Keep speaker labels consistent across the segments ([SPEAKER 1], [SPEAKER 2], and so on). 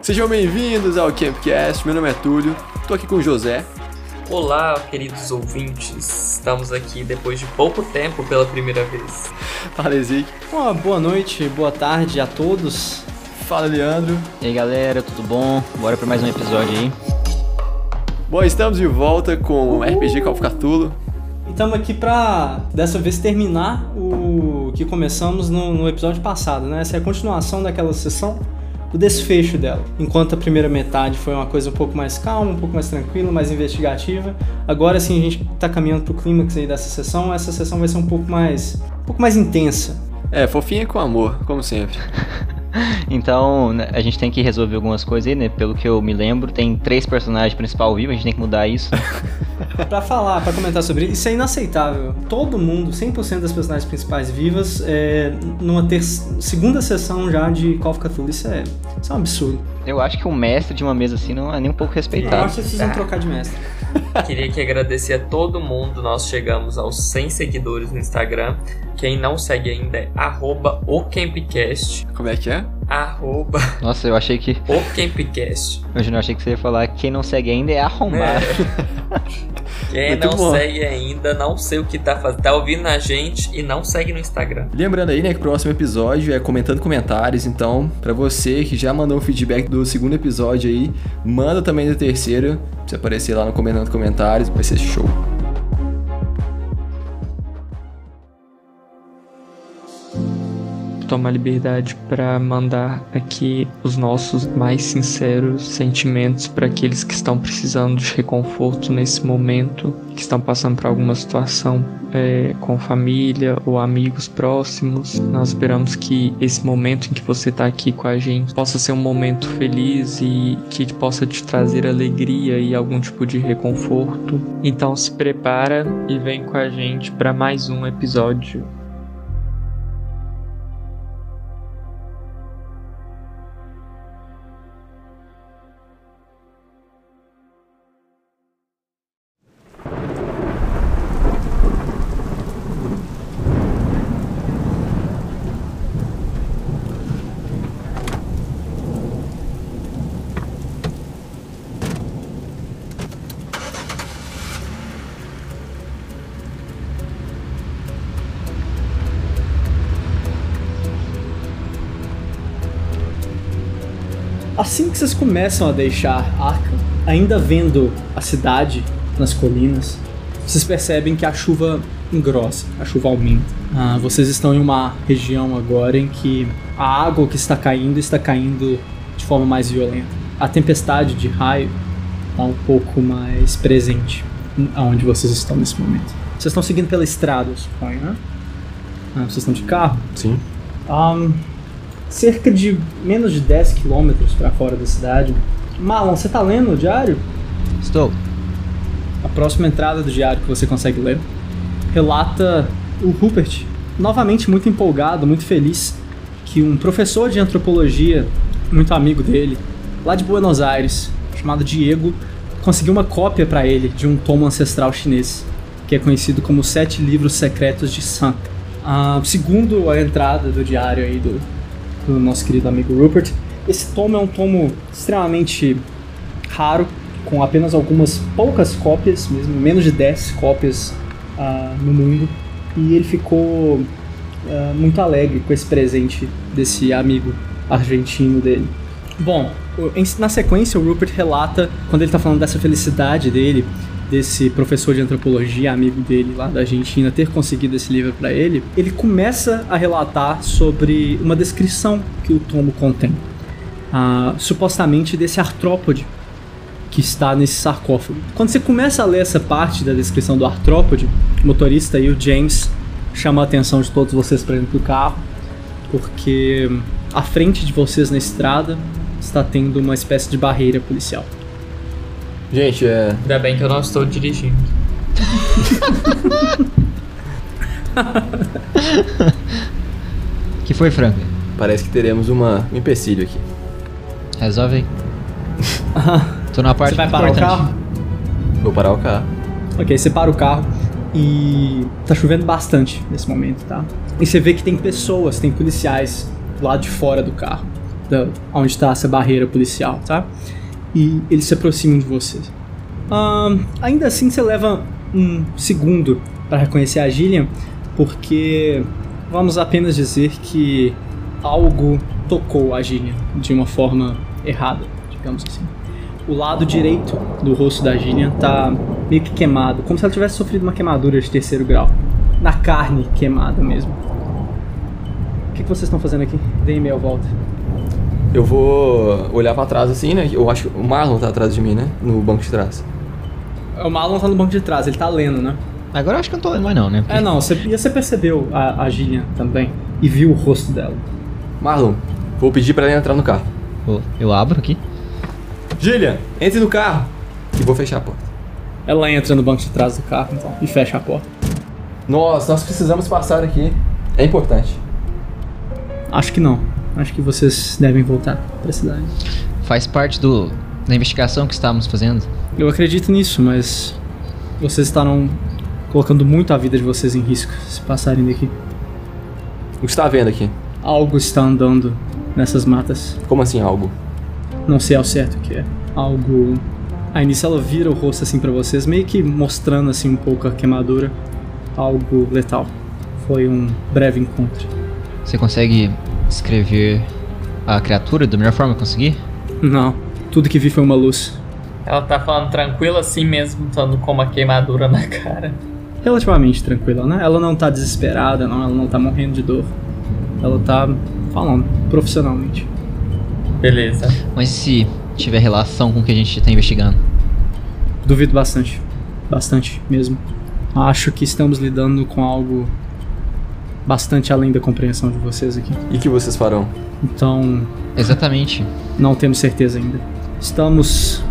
[SPEAKER 1] Sejam bem-vindos ao Campcast, meu nome é Túlio, tô aqui com o José.
[SPEAKER 2] Olá, queridos ouvintes. Estamos aqui depois de pouco tempo pela primeira vez.
[SPEAKER 1] Fala Ezik.
[SPEAKER 3] Uma boa noite, boa tarde a todos.
[SPEAKER 1] Fala Leandro.
[SPEAKER 4] E aí galera, tudo bom? Bora pra mais um episódio aí.
[SPEAKER 1] Bom, estamos de volta com o RPG Call of Cthulhu.
[SPEAKER 3] E estamos aqui pra, dessa vez, terminar o que começamos no, no episódio passado, né? Essa é a continuação daquela sessão, o desfecho dela. Enquanto a primeira metade foi uma coisa um pouco mais calma, um pouco mais tranquila, mais investigativa, agora sim a gente tá caminhando pro clímax aí dessa sessão. Essa sessão vai ser um pouco mais, um pouco mais intensa.
[SPEAKER 1] É, fofinha com amor, como sempre.
[SPEAKER 4] Então, né, a gente tem que resolver algumas coisas aí, né? Pelo que eu me lembro, tem três personagens principal vivos, a gente tem que mudar isso.
[SPEAKER 3] Pra falar, pra comentar sobre isso, isso é inaceitável. Todo mundo, 100% das personagens principais vivas, é, numa ter- segunda sessão já de Call of Cthulhu, isso é, isso é um absurdo.
[SPEAKER 4] Eu acho que o mestre de uma mesa assim não é nem um pouco
[SPEAKER 3] Eu
[SPEAKER 4] respeitado.
[SPEAKER 3] acho que vocês vão trocar de mestre.
[SPEAKER 2] Queria que agradecer a todo mundo. Nós chegamos aos 100 seguidores no Instagram. Quem não segue ainda é arroba o Campcast.
[SPEAKER 1] Como é que é?
[SPEAKER 2] Arroba
[SPEAKER 4] Nossa, eu achei que.
[SPEAKER 2] o Campcast.
[SPEAKER 4] Eu não achei que você ia falar quem não segue ainda é arrombar.
[SPEAKER 2] É. Quem
[SPEAKER 1] Muito
[SPEAKER 2] não
[SPEAKER 1] bom.
[SPEAKER 2] segue ainda, não sei o que tá fazendo. Tá ouvindo a gente e não segue no Instagram.
[SPEAKER 1] Lembrando aí, né, que o próximo episódio é comentando comentários, então, pra você que já mandou um feedback do segundo episódio aí, manda também do terceiro, pra você aparecer lá no comentando comentários, vai ser show.
[SPEAKER 2] tomar liberdade para mandar aqui os nossos mais sinceros sentimentos para aqueles que estão precisando de reconforto nesse momento, que estão passando por alguma situação é, com família ou amigos próximos. Nós esperamos que esse momento em que você está aqui com a gente possa ser um momento feliz e que possa te trazer alegria e algum tipo de reconforto. Então se prepara e vem com a gente para mais um episódio.
[SPEAKER 3] Assim que vocês começam a deixar Arkham, ainda vendo a cidade nas colinas, vocês percebem que a chuva engrossa, a chuva aumenta. Ah, vocês estão em uma região agora em que a água que está caindo está caindo de forma mais violenta. A tempestade de raio está um pouco mais presente aonde vocês estão nesse momento. Vocês estão seguindo pela estrada, eu suponho, né? Ah, vocês estão de carro? Ah,
[SPEAKER 1] Sim.
[SPEAKER 3] Ahn, cerca de menos de 10 quilômetros pra fora da cidade. Marlon, você tá lendo o diário? É.
[SPEAKER 4] Estou.
[SPEAKER 3] A próxima entrada do diário que você consegue ler relata o Rupert, novamente muito empolgado, muito feliz, que um professor de antropologia, muito amigo dele, lá de Buenos Aires, chamado Diego, conseguiu uma cópia pra ele de um tomo ancestral chinês, que é conhecido como os Sete Livros Secretos de San. Ah, segundo a entrada do diário aí do, do nosso querido amigo Rupert, esse tomo é um tomo extremamente raro, com apenas algumas poucas cópias, mesmo menos de 10 cópias ah, no mundo. E ele ficou ah, muito alegre com esse presente desse amigo argentino dele. Bom, o- em- na sequência, o Rupert relata, quando ele está falando dessa felicidade dele, desse professor de antropologia, amigo dele lá da Argentina, ter conseguido esse livro para ele, ele começa a relatar sobre uma descrição que o tomo contém. ah, supostamente desse artrópode que está nesse sarcófago. Quando você começa a ler essa parte da descrição do artrópode, o motorista e o James chama a atenção de todos vocês para dentro do carro, porque à frente de vocês na estrada está tendo uma espécie de barreira policial.
[SPEAKER 1] Gente, é...
[SPEAKER 2] Ainda bem que eu não estou dirigindo.
[SPEAKER 4] Que foi, Franca?
[SPEAKER 1] parece que teremos uma... um empecilho aqui.
[SPEAKER 4] Resolve aí. Tô na parte
[SPEAKER 3] você vai
[SPEAKER 4] muito
[SPEAKER 3] parar
[SPEAKER 4] importante.
[SPEAKER 3] o carro?
[SPEAKER 1] Vou parar o carro.
[SPEAKER 3] Ok, você para o carro e tá chovendo bastante nesse momento, tá? E você vê que tem pessoas, tem policiais do lado de fora do carro. da, onde está essa barreira policial, tá? E eles se aproximam de você. Ahn, ainda assim, você leva um segundo para reconhecer a Gillian, porque vamos apenas dizer que algo tocou a Gillian de uma forma errada, digamos assim. O lado direito do rosto da Gillian tá meio que queimado, como se ela tivesse sofrido uma queimadura de terceiro grau. Na carne queimada mesmo. O que, que vocês estão fazendo aqui? Deem meia volta.
[SPEAKER 1] Eu vou olhar pra trás assim, né? Eu acho que o Marlon tá atrás de mim, né? No banco de trás.
[SPEAKER 3] O Marlon tá no banco de trás, ele tá lendo, né?
[SPEAKER 4] Agora eu acho que eu não tô lendo mais não, né?
[SPEAKER 3] É, não, você, e você percebeu a, a Gillian também e viu o rosto dela.
[SPEAKER 1] Marlon, vou pedir pra ela entrar no carro.
[SPEAKER 4] Vou- Eu abro aqui.
[SPEAKER 1] Gillian, entre no carro! E vou fechar a porta.
[SPEAKER 3] Ela entra no banco de trás do carro então, e fecha a porta.
[SPEAKER 1] Nós, nós precisamos passar aqui. É importante.
[SPEAKER 3] Acho que não. Acho que vocês devem voltar pra cidade.
[SPEAKER 4] Faz parte do da investigação que estávamos fazendo.
[SPEAKER 3] Eu acredito nisso, mas vocês estarão colocando muito a vida de vocês em risco se passarem daqui.
[SPEAKER 1] O que está vendo aqui?
[SPEAKER 3] Algo está andando nessas matas.
[SPEAKER 1] Como assim algo?
[SPEAKER 3] Não sei ao certo o que é. Algo. A início ela vira o rosto assim pra vocês, meio que mostrando assim um pouco a queimadura. Algo letal. Foi um breve encontro.
[SPEAKER 4] Você consegue descrever a criatura da melhor forma que conseguir?
[SPEAKER 3] Não. Tudo que vi foi uma luz.
[SPEAKER 2] Ela tá falando tranquila assim mesmo, estando com uma queimadura na cara.
[SPEAKER 3] relativamente tranquila, né? Ela não tá desesperada, não, ela não tá morrendo de dor. Ela tá falando profissionalmente.
[SPEAKER 2] Beleza.
[SPEAKER 4] Mas e se tiver relação com o que a gente está investigando?
[SPEAKER 3] Duvido bastante. Bastante mesmo. Acho que estamos lidando com algo bastante além da compreensão de vocês aqui.
[SPEAKER 1] E que vocês farão?
[SPEAKER 3] Então,
[SPEAKER 4] Exatamente.
[SPEAKER 3] não temos certeza ainda. Estamos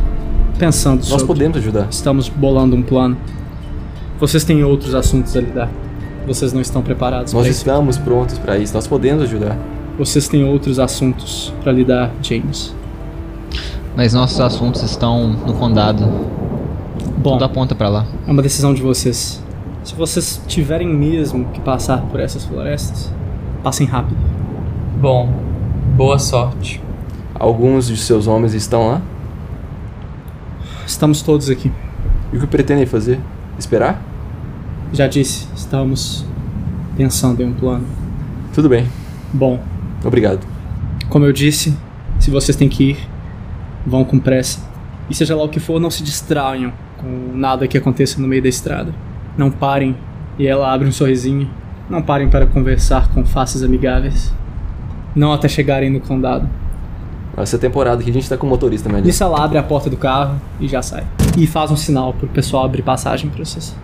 [SPEAKER 3] pensando
[SPEAKER 1] Nós
[SPEAKER 3] sobre.
[SPEAKER 1] podemos ajudar.
[SPEAKER 3] Estamos bolando um plano. Vocês têm outros assuntos a lidar. Vocês não estão preparados
[SPEAKER 1] Nós
[SPEAKER 3] para isso.
[SPEAKER 1] estamos prontos para isso. Nós podemos ajudar.
[SPEAKER 3] Vocês têm outros assuntos para lidar, James.
[SPEAKER 4] Mas nossos assuntos estão no condado.
[SPEAKER 3] Bom,
[SPEAKER 1] Então
[SPEAKER 4] Tudo aponta pra lá.
[SPEAKER 3] É uma decisão de vocês. Se vocês tiverem mesmo que passar por essas florestas, passem rápido.
[SPEAKER 2] Bom, boa sorte.
[SPEAKER 1] Alguns de seus homens estão lá.
[SPEAKER 3] Estamos todos aqui.
[SPEAKER 1] E o que pretendem fazer? Esperar?
[SPEAKER 3] Já disse, estamos pensando em um plano.
[SPEAKER 1] Tudo bem.
[SPEAKER 3] Bom,
[SPEAKER 1] Obrigado.
[SPEAKER 3] como eu disse, se vocês têm que ir, vão com pressa. E seja lá o que for, não se distraiam com nada que aconteça no meio da estrada. Não parem. E ela abre um sorrisinho. Não parem para conversar com faces amigáveis. Não até chegarem no condado.
[SPEAKER 1] Essa temporada que a gente tá com o motorista, meu Deus.
[SPEAKER 3] Nisso ela abre a porta do carro e já sai. E faz um sinal pro pessoal abrir passagem pra vocês.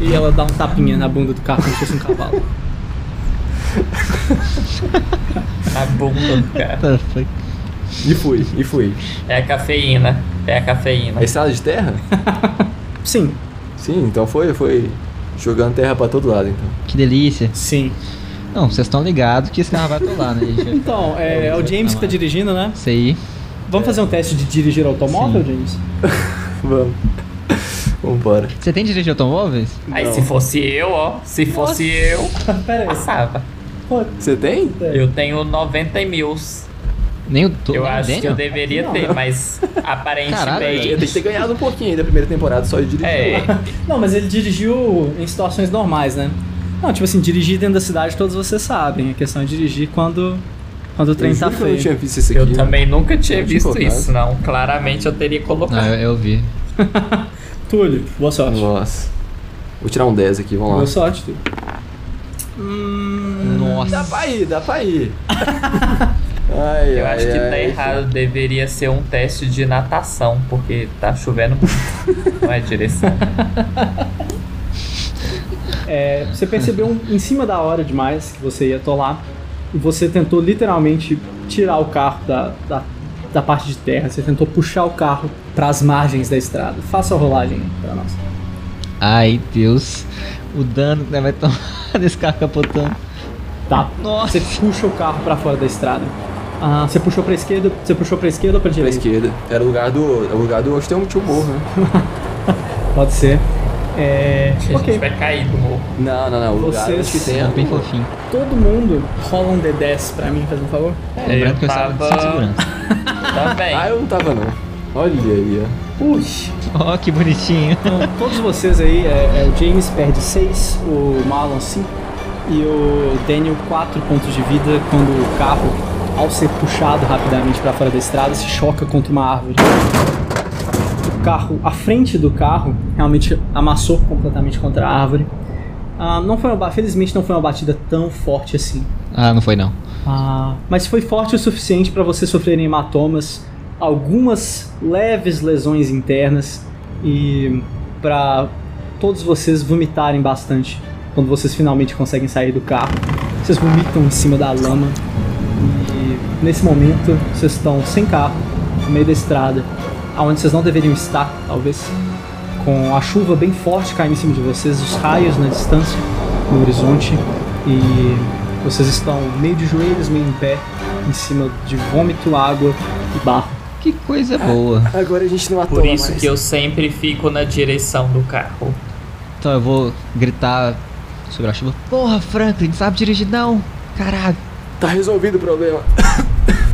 [SPEAKER 3] E ela dá um tapinha na bunda do carro como se fosse um cavalo.
[SPEAKER 2] A bunda do cara.
[SPEAKER 1] E fui, e fui.
[SPEAKER 2] É a cafeína. É a cafeína.
[SPEAKER 1] A estrada de terra?
[SPEAKER 3] Sim,
[SPEAKER 1] Sim, então foi, foi jogando terra pra todo lado, então.
[SPEAKER 4] Que delícia.
[SPEAKER 3] sim.
[SPEAKER 4] Não, vocês estão ligados que esse carro vai atolar, né? gente?
[SPEAKER 3] Então, é, é o James que tá dirigindo, né?
[SPEAKER 4] Isso aí.
[SPEAKER 3] Vamos fazer um teste de dirigir automóvel, James?
[SPEAKER 1] Vamos. Vambora.
[SPEAKER 4] Você tem direito de automóveis?
[SPEAKER 2] Aí
[SPEAKER 1] Não.
[SPEAKER 2] se fosse eu, ó. Se fosse eu,
[SPEAKER 3] Pera aí.
[SPEAKER 2] passava.
[SPEAKER 1] Você tem?
[SPEAKER 2] Eu tenho 90 mil.
[SPEAKER 4] Nem o to-
[SPEAKER 2] Eu
[SPEAKER 4] nem o
[SPEAKER 2] acho que eu
[SPEAKER 4] Daniel?
[SPEAKER 2] deveria ter, mas
[SPEAKER 4] Caralho,
[SPEAKER 1] Eu
[SPEAKER 2] aparentemente.
[SPEAKER 1] tenho que ter ganhado um pouquinho aí da primeira temporada só de dirigir.
[SPEAKER 2] É,
[SPEAKER 3] Não, mas ele dirigiu em situações normais, né? Não, tipo assim, dirigir dentro da cidade todos vocês sabem. A questão é dirigir quando, quando o trem
[SPEAKER 1] Eu
[SPEAKER 3] tá
[SPEAKER 1] juro que eu não
[SPEAKER 3] feio.
[SPEAKER 1] tinha visto isso aqui. Tipo,
[SPEAKER 2] eu também nunca tinha
[SPEAKER 1] Pode
[SPEAKER 2] visto
[SPEAKER 1] colocar.
[SPEAKER 2] isso, não. Claramente eu teria
[SPEAKER 4] Não,
[SPEAKER 2] colocado.
[SPEAKER 4] eu, eu vi.
[SPEAKER 3] Túlio, boa sorte.
[SPEAKER 1] Nossa. Vou tirar um 10 aqui,
[SPEAKER 3] Boa
[SPEAKER 1] vamos lá.
[SPEAKER 3] sorte, Túlio. Hum,
[SPEAKER 1] Dá
[SPEAKER 4] Nossa.
[SPEAKER 1] pra ir, dá pra ir. Ai,
[SPEAKER 2] Eu acho
[SPEAKER 1] ai,
[SPEAKER 2] que tá
[SPEAKER 1] ai.
[SPEAKER 2] errado, deveria ser um teste de natação, porque tá chovendo muito. Não é direção.
[SPEAKER 3] É, você percebeu um- em cima da hora demais que você ia atolar e você tentou literalmente tirar o carro da, da, da parte de terra. Você tentou puxar o carro para as margens da estrada. Faça a rolagem para nós.
[SPEAKER 4] Ai, Deus. O dano que nós vai tomar desse carro capotando.
[SPEAKER 3] Tá.
[SPEAKER 4] Nossa.
[SPEAKER 3] Você puxa o carro para fora da estrada. Ah, você puxou para esquerda, você puxou para esquerda ou para
[SPEAKER 1] Pra
[SPEAKER 3] direita?
[SPEAKER 1] é esquerda. Era o lugar do. Era o lugar do. Hoje tem um tio morro, né?
[SPEAKER 3] Pode ser. É.
[SPEAKER 2] Acho que a gente
[SPEAKER 3] Ok.
[SPEAKER 2] vai cair do morro.
[SPEAKER 1] Não, não, não. O lugar
[SPEAKER 3] Vocês-
[SPEAKER 1] acho que tem.
[SPEAKER 4] Tá bem fofinho.
[SPEAKER 3] Todo mundo rola um D10 pra mim, fazendo favor.
[SPEAKER 4] Lembrando que eu estava
[SPEAKER 2] tava-
[SPEAKER 4] sem segurança.
[SPEAKER 2] Também.
[SPEAKER 1] Ah, eu não tava não. Olha aí, ó.
[SPEAKER 3] Ui!
[SPEAKER 4] Ó, que bonitinho.
[SPEAKER 3] Então, todos vocês aí, é, é, o James perde 6, o Marlon 5 e o Daniel 4 pontos de vida quando o carro, ao ser puxado rapidamente pra fora da estrada, se choca contra uma árvore. O carro, a frente do carro, realmente amassou completamente contra a árvore. Ah, não foi uma, ba- felizmente não foi uma batida tão forte assim.
[SPEAKER 4] Ah, não foi não.
[SPEAKER 3] Ah, mas foi forte o suficiente para você sofrer hematomas, algumas leves lesões internas e para todos vocês vomitarem bastante quando vocês finalmente conseguem sair do carro. Vocês vomitam em cima da lama e nesse momento vocês estão sem carro, no meio da estrada, aonde vocês não deveriam estar, talvez, com a chuva bem forte caindo em cima de vocês, os raios na distância, no horizonte e vocês estão meio de joelhos, meio em pé, em cima de vômito, água e barro.
[SPEAKER 4] Que coisa boa.
[SPEAKER 1] Agora a gente não atoma
[SPEAKER 2] Por isso
[SPEAKER 1] mais.
[SPEAKER 2] que eu sempre fico na direção do carro.
[SPEAKER 4] Então eu vou gritar sobre a chuva. Porra, Franklin, não sabe dirigir não. Caralho.
[SPEAKER 1] Tá resolvido o problema.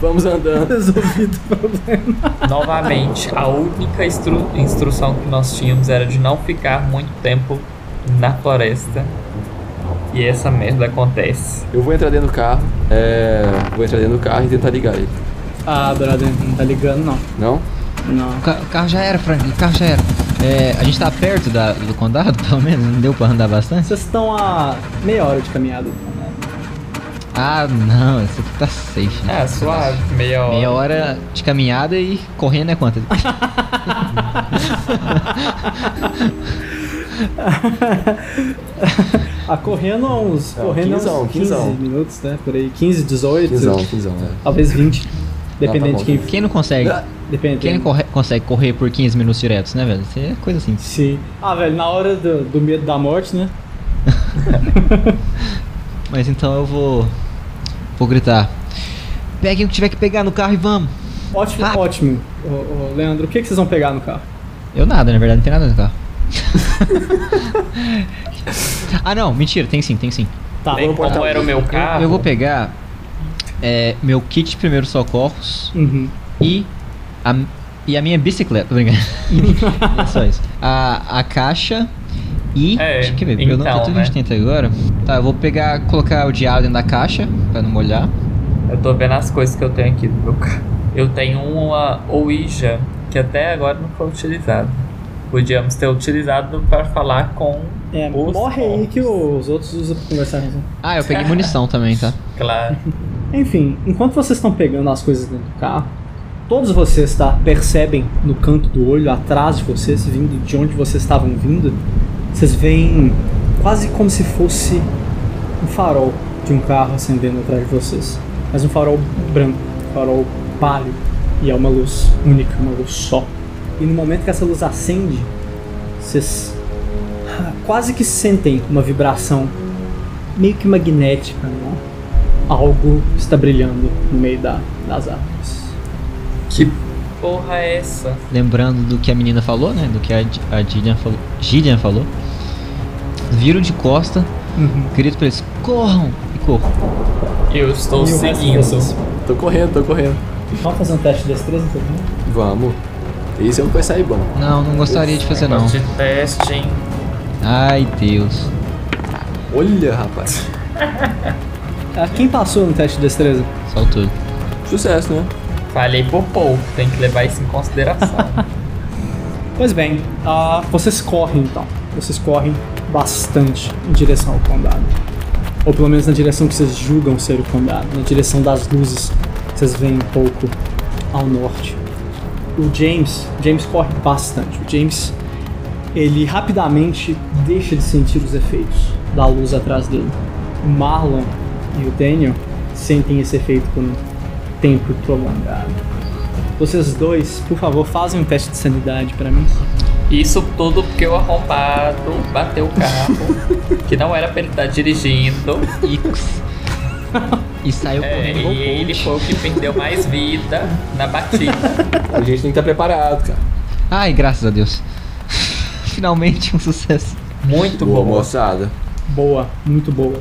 [SPEAKER 1] Vamos andando.
[SPEAKER 3] Resolvido o problema.
[SPEAKER 2] Novamente, a única instru- instrução que nós tínhamos era de não ficar muito tempo na floresta. E essa merda acontece.
[SPEAKER 1] Eu vou entrar dentro do carro. É. Vou entrar dentro do carro e tentar ligar ele.
[SPEAKER 3] Ah, brother, não tá ligando não.
[SPEAKER 1] Não?
[SPEAKER 3] Não.
[SPEAKER 4] O, ca- o carro já era, Franklin, o carro já era. É, a gente tá perto da- do condado, pelo menos, não deu pra andar bastante?
[SPEAKER 3] Vocês estão a meia hora de caminhada.
[SPEAKER 4] Ah, não, esse aqui tá safe. né?
[SPEAKER 2] Ah, suave, meia hora.
[SPEAKER 4] Meia hora de caminhada e correndo é quanto?
[SPEAKER 3] Ah, correndo a uns,
[SPEAKER 1] Não,
[SPEAKER 3] correndo a
[SPEAKER 1] É, quinzão,
[SPEAKER 3] uns 15
[SPEAKER 1] quinzão.
[SPEAKER 3] minutos, né? Por aí, 15, 18,
[SPEAKER 1] Quinzão, quinzão, é.
[SPEAKER 3] talvez 20. Dependendo
[SPEAKER 1] Ah, tá bom.
[SPEAKER 3] de quem.
[SPEAKER 4] Quem não consegue?
[SPEAKER 3] Dependendo.
[SPEAKER 4] Quem não corre- consegue correr por 15 minutos diretos, né, velho? Isso é coisa assim.
[SPEAKER 3] Sim. Ah, velho, na hora do, do medo da morte, né?
[SPEAKER 4] Mas então eu vou. Vou gritar. Peguem o que tiver que pegar no carro e vamos.
[SPEAKER 3] Ótimo,
[SPEAKER 4] Ah.
[SPEAKER 3] ótimo. Ô, ô, Leandro, o que, que vocês vão pegar no carro?
[SPEAKER 4] Eu nada, na verdade, não tem nada no carro. ah, não, mentira, tem sim, tem sim.
[SPEAKER 3] Tá,
[SPEAKER 2] Bem como era o meu carro,
[SPEAKER 4] Eu vou pegar é, meu kit de primeiros socorros
[SPEAKER 3] Uhum.
[SPEAKER 4] e a, e a minha bicicleta. Tô brincando. é só isso. A, a caixa e.
[SPEAKER 2] É,
[SPEAKER 4] deixa eu ver, eu não
[SPEAKER 2] então,
[SPEAKER 4] tô tudo que a gente
[SPEAKER 2] né?
[SPEAKER 4] tem até agora. Tá, eu vou pegar, colocar o diário dentro da caixa, pra não molhar.
[SPEAKER 2] eu tô vendo as coisas que eu tenho aqui no meu carro. Eu tenho uma Ouija, que até agora não foi utilizada. Podíamos ter utilizado para falar com
[SPEAKER 3] É,
[SPEAKER 2] Os
[SPEAKER 3] morre aí
[SPEAKER 2] corpos.
[SPEAKER 3] que os outros usam pra conversar. né?
[SPEAKER 4] Ah, eu peguei munição também, tá?
[SPEAKER 2] Claro.
[SPEAKER 3] Enfim, enquanto vocês estão pegando as coisas dentro do carro, todos vocês tá, percebem no canto do olho, atrás de vocês, vindo de onde vocês estavam vindo, vocês veem quase como se fosse um farol de um carro acendendo atrás de vocês. Mas um farol branco, um farol pálido, e é uma luz única, uma luz só. E no momento que essa luz acende, vocês ah, quase que sentem uma vibração meio que magnética, né? algo está brilhando no meio da, das árvores.
[SPEAKER 2] Porra, é essa?
[SPEAKER 4] Lembrando do que a menina falou, né? Do que a, Gi- a Gillian falou. Gillian falou. Viro de costa,
[SPEAKER 3] Uhum.
[SPEAKER 4] grito pra eles, corram! E corro.
[SPEAKER 2] Eu estou
[SPEAKER 3] E o resto
[SPEAKER 2] seguindo.
[SPEAKER 3] dessas?
[SPEAKER 1] Tô correndo, tô correndo.
[SPEAKER 3] Vamos fazer um teste de destreza, então? né?
[SPEAKER 1] Vamos. Isso é um que vai sair bom.
[SPEAKER 4] Não, não gostaria de fazer não.
[SPEAKER 2] Negócio De teste, hein?
[SPEAKER 4] Ai, Deus.
[SPEAKER 1] Olha, rapaz.
[SPEAKER 3] Ah, Quem passou no teste de destreza?
[SPEAKER 4] Só tudo.
[SPEAKER 1] Sucesso, né?
[SPEAKER 2] Falei por pouco, tem que levar isso em consideração.
[SPEAKER 3] Pois bem, ah, vocês correm então. Vocês correm bastante em direção ao condado. Ou pelo menos na direção que vocês julgam ser o condado, na direção das luzes. que Vocês veem um pouco ao norte. O James, James corre bastante. O James, ele rapidamente deixa de sentir os efeitos da luz atrás dele. O Marlon e o Daniel sentem esse efeito por um tempo prolongado. Vocês dois, por favor, fazem um teste de sanidade pra mim.
[SPEAKER 2] Isso tudo porque o arrombado bateu o carro, que não era pra ele estar dirigindo.
[SPEAKER 4] E, e saiu
[SPEAKER 2] É,
[SPEAKER 4] correndo
[SPEAKER 2] e
[SPEAKER 4] igual
[SPEAKER 2] ele
[SPEAKER 4] Bolt.
[SPEAKER 2] foi o que perdeu mais vida na batida.
[SPEAKER 1] tá A gente tem que estar preparado, cara.
[SPEAKER 4] Ai, graças a Deus. finalmente um sucesso.
[SPEAKER 2] Muito
[SPEAKER 1] Boa,
[SPEAKER 2] bom.
[SPEAKER 1] moçada.
[SPEAKER 3] Boa, muito boa.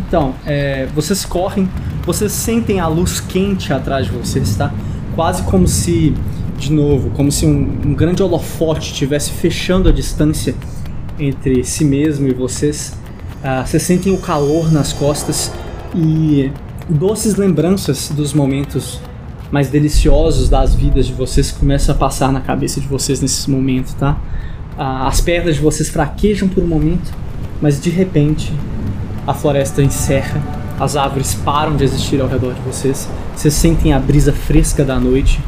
[SPEAKER 3] Então, é, vocês correm, vocês sentem a luz quente atrás de vocês, tá? Quase como se, de novo, como se um, um grande holofote estivesse fechando a distância entre si mesmo e vocês. Ah, vocês sentem o calor nas costas e doces lembranças dos momentos mais deliciosos das vidas de vocês começam a passar na cabeça de vocês nesse momento, tá? Ah, as pernas de vocês fraquejam por um momento, mas de repente a floresta encerra, as árvores param de existir ao redor de vocês, vocês sentem a brisa fresca da noite,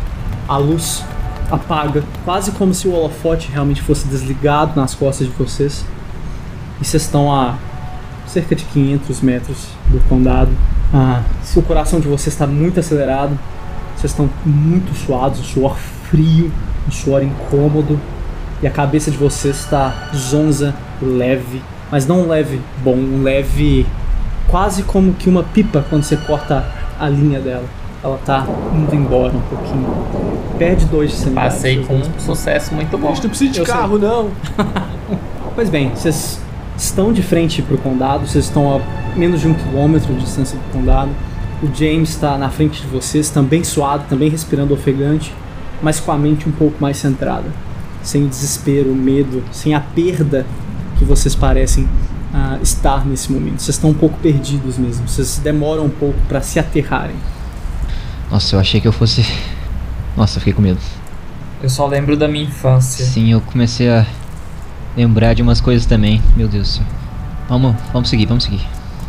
[SPEAKER 3] a luz apaga, quase como se o holofote realmente fosse desligado nas costas de vocês, e vocês estão a cerca de 500 metros do condado. Ah, o coração de vocês está muito acelerado, vocês estão muito suados, um suor frio, um suor incômodo, e a cabeça de vocês está zonza, leve, mas não um leve bom, um leve quase como que uma pipa quando você corta a linha dela. Ela tá indo embora um pouquinho. Perde dois de sanidade.
[SPEAKER 2] Passei
[SPEAKER 3] vocês
[SPEAKER 2] com um sucesso muito bom.
[SPEAKER 1] precisa
[SPEAKER 3] de Eu sei. carro,
[SPEAKER 1] não.
[SPEAKER 3] Pois bem, vocês estão de frente para o condado, vocês estão a menos de um quilômetro de distância do condado. O James está na frente de vocês, também suado, também respirando ofegante, mas com a mente um pouco mais centrada. Sem o desespero, o medo, sem a perda que vocês parecem ah, estar nesse momento. Vocês estão um pouco perdidos mesmo, vocês demoram um pouco para se aterrarem.
[SPEAKER 4] Nossa, eu achei que eu fosse. Nossa, eu fiquei com medo.
[SPEAKER 2] Eu só lembro da minha infância.
[SPEAKER 4] Sim, eu comecei a lembrar de umas coisas também. Meu Deus do céu. Vamos, vamos seguir, vamos seguir.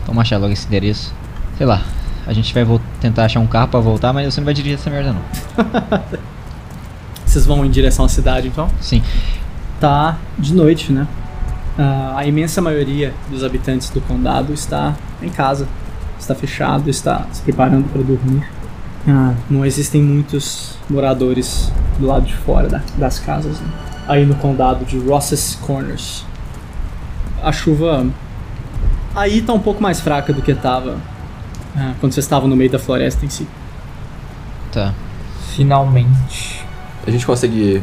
[SPEAKER 4] Vamos achar logo esse endereço. Sei lá, a gente vai vol- tentar achar um carro pra voltar, mas você não vai dirigir essa merda não.
[SPEAKER 3] Vocês vão em direção à cidade então?
[SPEAKER 4] Sim.
[SPEAKER 3] tá de noite, né? Ah, a imensa maioria dos habitantes do condado está em casa, está fechado, está se preparando para dormir. Ah, não existem muitos moradores do lado de fora da- das casas, né? aí no condado de Ross's Corners. A chuva aí tá um pouco mais fraca do que tava ah, quando vocês estavam no meio da floresta em si.
[SPEAKER 4] Tá.
[SPEAKER 2] Finalmente.
[SPEAKER 1] A gente consegue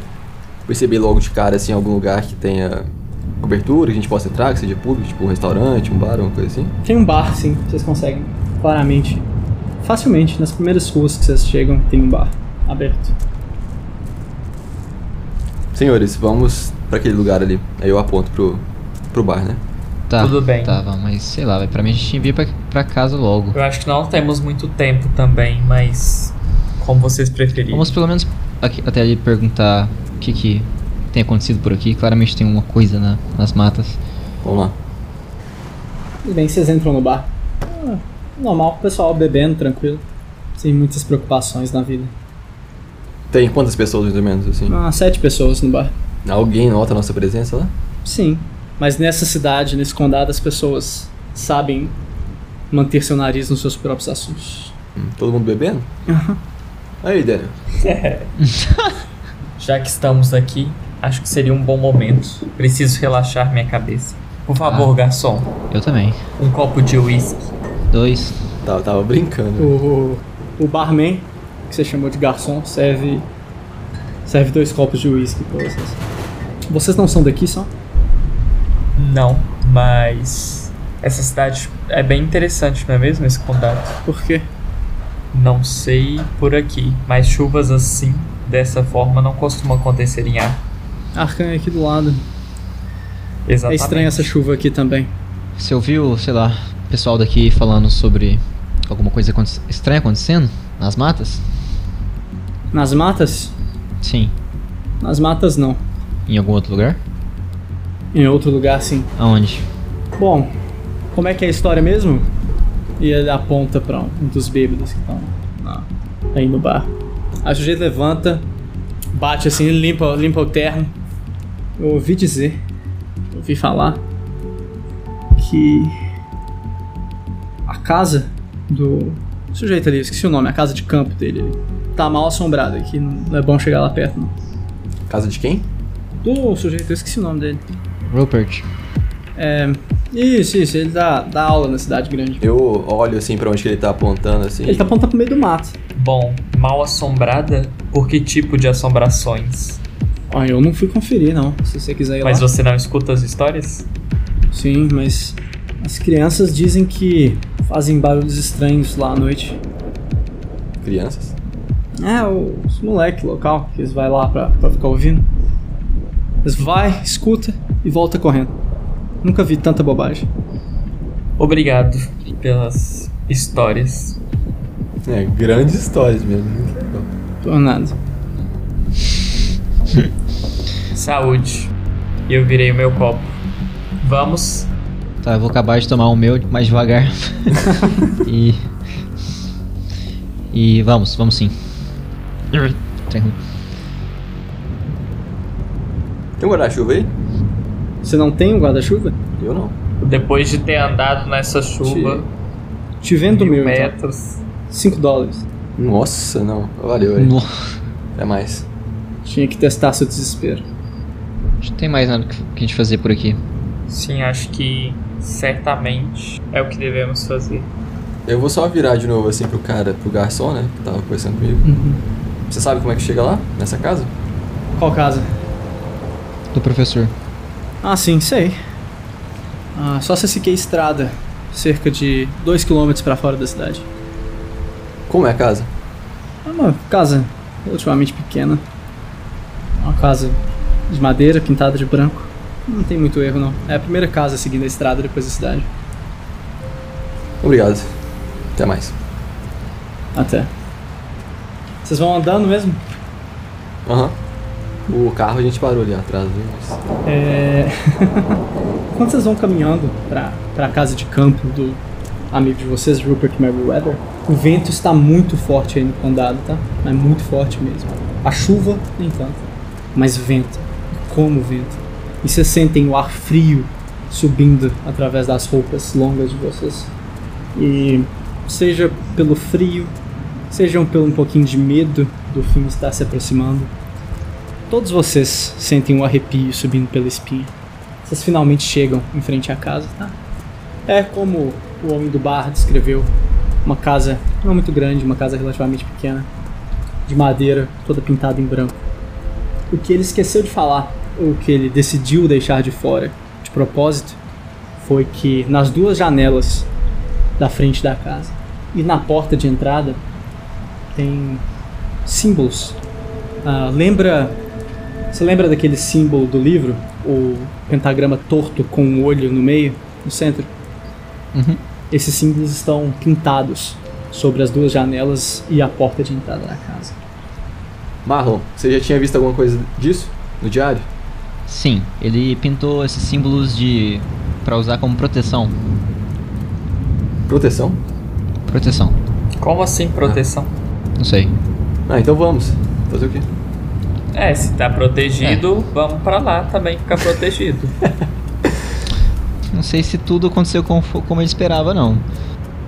[SPEAKER 1] perceber logo de cara, assim, algum lugar que tenha cobertura, que a gente possa entrar, que seja público, tipo um restaurante, um bar, uma coisa assim.
[SPEAKER 3] Tem um bar, sim, vocês conseguem claramente, facilmente, nas primeiras ruas que vocês chegam, tem um bar aberto.
[SPEAKER 1] Senhores, vamos pra aquele lugar ali. Aí eu aponto pro, pro bar, né?
[SPEAKER 4] Tá.
[SPEAKER 2] Tudo bem.
[SPEAKER 4] Tá, vamos, mas sei lá, véi, pra mim a gente envia pra, pra casa logo.
[SPEAKER 2] Eu acho que não temos muito tempo também, mas. Como vocês preferirem.
[SPEAKER 4] Vamos pelo menos aqui- até ali perguntar o que que tem acontecido por aqui. Claramente tem uma coisa na- nas matas.
[SPEAKER 1] Vamos lá.
[SPEAKER 3] Tudo bem, vocês entram no bar. Ah, normal, o pessoal bebendo, tranquilo. Sem muitas preocupações na vida.
[SPEAKER 1] Tem quantas pessoas, mais ou menos, assim?
[SPEAKER 3] Ah, sete pessoas no bar.
[SPEAKER 1] Alguém nota a nossa presença lá?
[SPEAKER 3] Sim, mas nessa cidade, nesse condado, as pessoas sabem manter seu nariz nos seus próprios assuntos.
[SPEAKER 1] Hum, Todo mundo bebendo? Aí, Daniel.
[SPEAKER 2] Já que estamos aqui, acho que seria um bom momento. Preciso relaxar minha cabeça. Por
[SPEAKER 3] Ah.
[SPEAKER 2] favor, garçom,
[SPEAKER 4] Eu também.
[SPEAKER 2] um copo de uísque.
[SPEAKER 4] Dois.
[SPEAKER 1] Tava, tava brincando.
[SPEAKER 3] O, o barman, que você chamou de garçom, serve serve dois copos de uísque pra vocês. Vocês não são daqui, são?
[SPEAKER 2] Não, mas. Essa cidade é bem interessante, não é mesmo? Esse condado.
[SPEAKER 3] Por quê?
[SPEAKER 2] Não sei por aqui, mas chuvas assim, dessa forma, não costumam acontecer em ar.
[SPEAKER 3] Arcan é aqui do lado. É
[SPEAKER 2] Exatamente.
[SPEAKER 3] estranha essa chuva aqui também.
[SPEAKER 4] Você ouviu, sei lá, o pessoal daqui falando sobre alguma coisa aconte- estranha acontecendo nas matas?
[SPEAKER 3] Nas matas?
[SPEAKER 4] Sim.
[SPEAKER 3] Nas matas não.
[SPEAKER 4] Em algum outro lugar?
[SPEAKER 3] Em outro lugar, sim.
[SPEAKER 4] Aonde?
[SPEAKER 3] Bom, como é que é a história mesmo? E ele aponta pra um dos bêbados que estão aí no bar. A sujeito levanta, bate assim, limpa, limpa o terno. Eu ouvi dizer, eu ouvi falar que a casa do sujeito ali, eu esqueci o nome, a casa de campo dele, ali, tá mal assombrada, que não é bom chegar lá perto, não.
[SPEAKER 1] Casa de quem?
[SPEAKER 3] Do sujeito, eu esqueci o nome dele. É,
[SPEAKER 4] Rupert.
[SPEAKER 3] Isso, isso, ele dá, dá aula na cidade grande.
[SPEAKER 1] Eu olho assim pra onde que ele tá apontando, assim.
[SPEAKER 3] Ele tá apontando pro meio do mato.
[SPEAKER 2] Bom, mal assombrada? Por que tipo de assombrações?
[SPEAKER 3] Ah, eu não fui conferir, não. Se você quiser ir
[SPEAKER 2] Mas
[SPEAKER 3] lá.
[SPEAKER 2] você não escuta as histórias?
[SPEAKER 3] Sim, mas as crianças dizem que fazem barulhos estranhos lá à noite.
[SPEAKER 1] Crianças?
[SPEAKER 3] É, os moleque local, que eles vai lá pra, pra ficar ouvindo. Eles vai, escuta e volta correndo. Nunca vi tanta bobagem.
[SPEAKER 2] Obrigado pelas histórias.
[SPEAKER 1] É, grandes histórias mesmo. né? muito legal.
[SPEAKER 3] Por nada.
[SPEAKER 2] Saúde. E eu virei o meu copo. Vamos.
[SPEAKER 4] Tá, eu vou acabar de tomar o meu mais devagar. e. E vamos, vamos sim. Tranquilo.
[SPEAKER 1] Tem um guarda-chuva aí?
[SPEAKER 3] Você não tem um guarda-chuva?
[SPEAKER 1] Eu não.
[SPEAKER 2] Depois de ter andado nessa chuva,
[SPEAKER 3] Te vendo o
[SPEAKER 2] mil
[SPEAKER 3] meu, então.
[SPEAKER 2] metros.
[SPEAKER 3] 5 dólares.
[SPEAKER 1] Nossa, não. Valeu aí.
[SPEAKER 4] No-
[SPEAKER 1] Até mais.
[SPEAKER 3] Tinha que testar seu desespero.
[SPEAKER 4] Não tem mais nada que que a gente fazer por aqui.
[SPEAKER 2] Sim, acho que certamente é o que devemos fazer.
[SPEAKER 1] Eu vou só virar de novo assim pro cara, pro garçom, né? Que tava conversando comigo. Você sabe como é que chega lá? Nessa casa?
[SPEAKER 3] Qual casa?
[SPEAKER 4] Do professor.
[SPEAKER 3] Ah, sim, sei. Ah, só você seguir a estrada, cerca de 2 km pra fora da cidade.
[SPEAKER 1] Como é a casa?
[SPEAKER 3] É uma casa relativamente pequena. É Uma casa de madeira pintada de branco. Não tem muito erro, não. É a primeira casa seguindo a estrada depois da cidade.
[SPEAKER 1] Obrigado. Até mais.
[SPEAKER 3] Até. Vocês vão andando mesmo?
[SPEAKER 1] Aham. O carro a gente parou ali atrás, viu? Mas-
[SPEAKER 3] É... Quando vocês vão caminhando pra, pra casa de campo do amigo de vocês, Rupert Merriweather, o vento está muito forte aí no condado, tá? É muito forte mesmo. A chuva, nem tanto. Mas vento. Como vento. E vocês sentem o ar frio subindo através das roupas longas de vocês. E seja pelo frio, sejam pelo um pouquinho de medo do fim estar se aproximando, Todos vocês sentem um arrepio subindo pela espinha. Vocês finalmente chegam em frente à casa, tá? É como o homem do bar descreveu: uma casa não muito grande, uma casa relativamente pequena, de madeira, toda pintada em branco. O que ele esqueceu de falar, ou o que ele decidiu deixar de fora de propósito, foi que nas duas janelas da frente da casa e na porta de entrada tem símbolos. Ah, lembra você lembra daquele símbolo do livro? O pentagrama torto com um olho no meio, no centro?
[SPEAKER 4] Uhum.
[SPEAKER 3] Esses símbolos estão pintados sobre as duas janelas e a porta de entrada da casa.
[SPEAKER 1] Marlon, você já tinha visto alguma coisa disso? No diário?
[SPEAKER 4] Sim, ele pintou esses símbolos de. pra usar como proteção.
[SPEAKER 1] Proteção?
[SPEAKER 4] Proteção.
[SPEAKER 2] Como assim proteção?
[SPEAKER 4] Não sei.
[SPEAKER 1] Ah, então vamos. Fazer o quê?
[SPEAKER 2] É, se tá protegido, vamos pra lá também ficar protegido.
[SPEAKER 4] Não sei se tudo aconteceu como, fo- como ele esperava, não.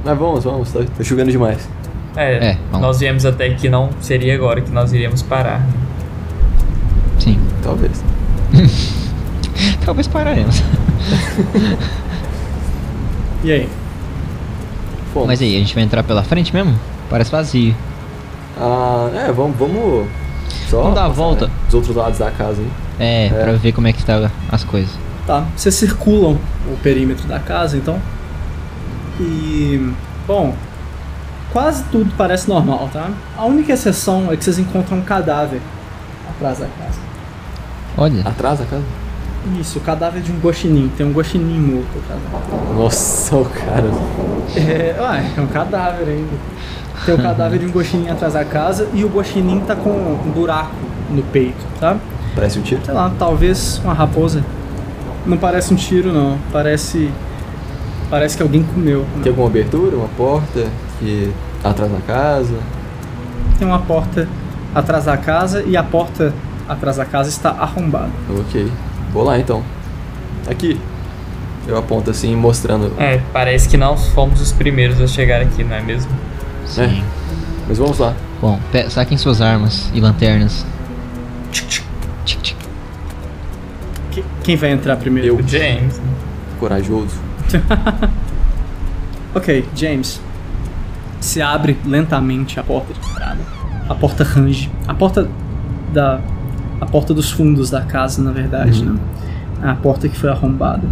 [SPEAKER 1] Ah, vamos, vamos. Tá, tá chovendo demais.
[SPEAKER 2] É,
[SPEAKER 4] É, vamos.
[SPEAKER 2] nós viemos até aqui, não seria agora que nós iríamos parar.
[SPEAKER 4] Sim.
[SPEAKER 1] Talvez.
[SPEAKER 4] Talvez pararemos.
[SPEAKER 3] E aí?
[SPEAKER 1] Fomos.
[SPEAKER 4] Mas aí, a gente vai entrar pela frente mesmo? Parece vazio.
[SPEAKER 1] Ah, é, vamos, vamos. Só
[SPEAKER 4] Vamos dar a
[SPEAKER 1] passar,
[SPEAKER 4] volta.
[SPEAKER 1] né, Os outros lados da casa, hein?
[SPEAKER 4] É, pra ver como é que tá as coisas.
[SPEAKER 3] Tá, vocês circulam o perímetro da casa então. E. Bom, quase tudo parece normal, tá? A única exceção é que vocês encontram um cadáver atrás da casa.
[SPEAKER 4] Olha.
[SPEAKER 1] Atrás da casa?
[SPEAKER 3] Isso, o cadáver de um guaxinim. Tem um guaxinim morto atrás da
[SPEAKER 1] Nossa, o cara.
[SPEAKER 3] É, ué, é um cadáver ainda. Tem o cadáver de um guaxinim atrás da casa e o guaxinim tá com um buraco no peito, tá?
[SPEAKER 1] Parece um tiro.
[SPEAKER 3] Sei lá, talvez uma raposa. Não parece um tiro, não. Parece. Parece que alguém comeu. né?
[SPEAKER 1] Tem alguma abertura, uma porta que tá atrás da casa.
[SPEAKER 3] Tem uma porta atrás da casa e a porta atrás da casa está arrombada.
[SPEAKER 1] Ok. Vou lá então. Aqui. Eu aponto assim, mostrando.
[SPEAKER 2] É, parece que não fomos os primeiros a chegar aqui, não é mesmo?
[SPEAKER 4] Sim.
[SPEAKER 1] Mas vamos lá.
[SPEAKER 4] Bom, pe- saquem suas armas e lanternas. Tchic, tchic.
[SPEAKER 3] Que- Quem vai entrar primeiro?
[SPEAKER 1] Eu.
[SPEAKER 2] O James. né?
[SPEAKER 1] Corajoso.
[SPEAKER 3] Ok, James. Se abre lentamente a porta de entrada. A porta range. A porta da a porta dos fundos da casa, na verdade, né? A porta que foi arrombada.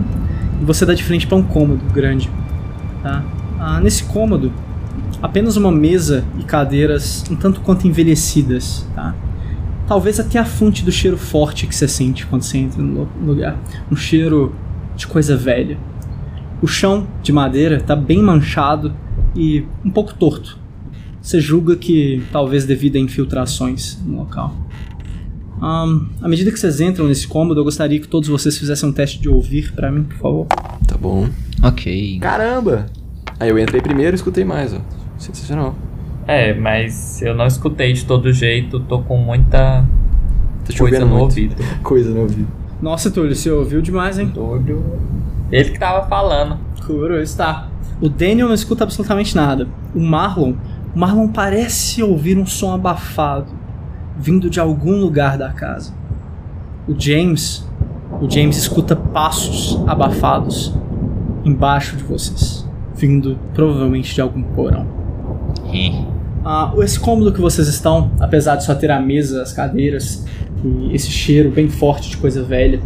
[SPEAKER 3] E você dá de frente para um cômodo grande, tá? Ah, nesse cômodo, apenas uma mesa e cadeiras um tanto quanto envelhecidas, tá? Talvez até a fonte do cheiro forte que você sente quando você entra no lu- lugar. Um cheiro de coisa velha. O chão de madeira está bem manchado e um pouco torto. Você julga que talvez devido a infiltrações no local. Ahn, à medida que vocês entram nesse cômodo, eu gostaria que todos vocês fizessem um teste de ouvir pra mim, por favor.
[SPEAKER 1] Tá bom.
[SPEAKER 4] Ok.
[SPEAKER 1] Caramba! Aí eu entrei primeiro e escutei mais, ó. Sensacional.
[SPEAKER 2] É, mas eu não escutei de todo jeito, tô com muita
[SPEAKER 1] Tá
[SPEAKER 2] coisa
[SPEAKER 1] chovendo
[SPEAKER 2] no
[SPEAKER 1] muito.
[SPEAKER 2] ouvido.
[SPEAKER 1] Coisa no ouvido.
[SPEAKER 3] Nossa, Túlio, você ouviu demais, hein?
[SPEAKER 2] Do olho. Ele que tava falando.
[SPEAKER 3] Kuro está. O Daniel não escuta absolutamente nada. O Marlon, o Marlon parece ouvir um som abafado vindo de algum lugar da casa. O James, o James escuta passos abafados embaixo de vocês, vindo provavelmente de algum porão.
[SPEAKER 4] Hein.
[SPEAKER 3] Ah, esse cômodo que vocês estão, apesar de só ter a mesa, as cadeiras e esse cheiro bem forte de coisa velha,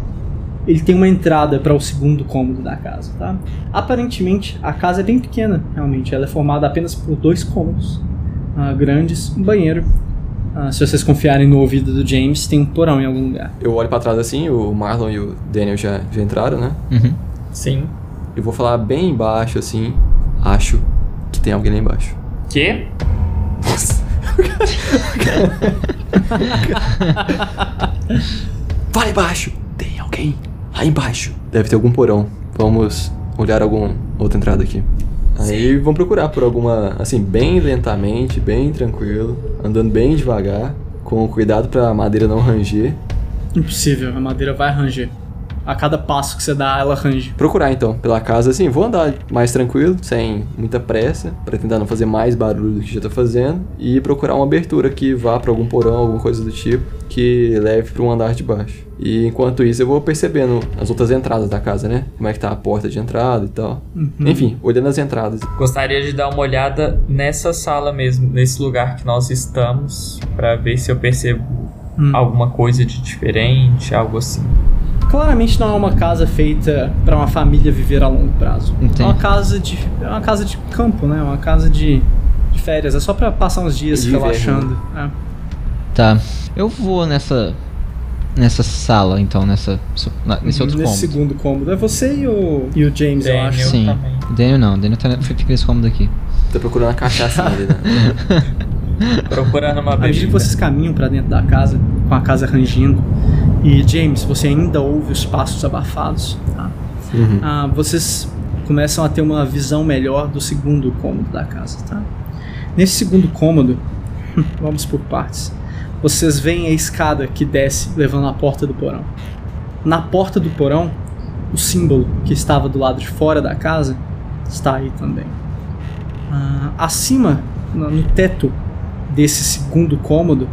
[SPEAKER 3] ele tem uma entrada para o segundo cômodo da casa, tá? Aparentemente, a casa é bem pequena, realmente. Ela é formada apenas por dois cômodos ah, grandes, um banheiro. Ah, se vocês confiarem no ouvido do James, tem um porão em algum lugar.
[SPEAKER 1] Eu olho pra trás assim, o Marlon e o Daniel já, já entraram, né?
[SPEAKER 4] Uhum.
[SPEAKER 2] Sim.
[SPEAKER 1] Eu vou falar bem embaixo assim. Acho que tem alguém lá embaixo.
[SPEAKER 2] Que?
[SPEAKER 1] Vai embaixo! Tem alguém lá embaixo. Deve ter algum porão. Vamos olhar alguma outra entrada aqui. Aí vamos procurar por alguma, assim, bem lentamente, bem tranquilo, andando bem devagar, com cuidado pra madeira não ranger.
[SPEAKER 3] Impossível, a madeira vai ranger. A cada passo que você dá, ela range.
[SPEAKER 1] Procurar então pela casa, assim, vou andar mais tranquilo, sem muita pressa, pra tentar não fazer mais barulho do que já tá fazendo, e procurar uma abertura que vá pra algum porão, alguma coisa do tipo, que leve pra um andar de baixo. E enquanto isso, eu vou percebendo as outras entradas da casa, né? Como é que tá a porta de entrada e tal.
[SPEAKER 3] Uhum.
[SPEAKER 1] Enfim, olhando as entradas.
[SPEAKER 2] Gostaria de dar uma olhada nessa sala mesmo, nesse lugar que nós estamos, pra ver se eu percebo
[SPEAKER 3] Hum.
[SPEAKER 2] alguma coisa de diferente, algo assim.
[SPEAKER 3] Claramente não é uma casa feita para uma família viver a longo prazo. É uma
[SPEAKER 4] Entendi.
[SPEAKER 3] casa de é uma casa de campo, né? É Uma casa de, de férias, é só pra passar uns dias
[SPEAKER 1] De
[SPEAKER 3] relaxando. né?
[SPEAKER 4] Tá. Eu vou nessa. Nessa sala, então, nessa. su- na- nesse é outro
[SPEAKER 3] Nesse
[SPEAKER 4] cômodo.
[SPEAKER 3] segundo cômodo é você e o e o James, eu
[SPEAKER 2] Daniel
[SPEAKER 3] acho.
[SPEAKER 4] Sim.
[SPEAKER 2] também.
[SPEAKER 4] Daniel não, Daniel tá, fica nesse cômodo aqui.
[SPEAKER 1] Tá procurando a cachaça ali, né?
[SPEAKER 2] Procurando uma
[SPEAKER 3] À medida que
[SPEAKER 2] bebida.
[SPEAKER 3] vocês caminham pra dentro da casa, com a casa rangindo, e James, você ainda ouve os passos abafados. tá?
[SPEAKER 1] Uhum.
[SPEAKER 3] Ah, vocês começam a ter uma visão melhor do segundo cômodo da casa, tá? Nesse segundo cômodo, vamos por partes. Vocês veem a escada que desce levando à porta do porão. Na porta do porão, o símbolo que estava do lado de fora da casa está aí também. Ah, acima, no no teto desse segundo cômodo,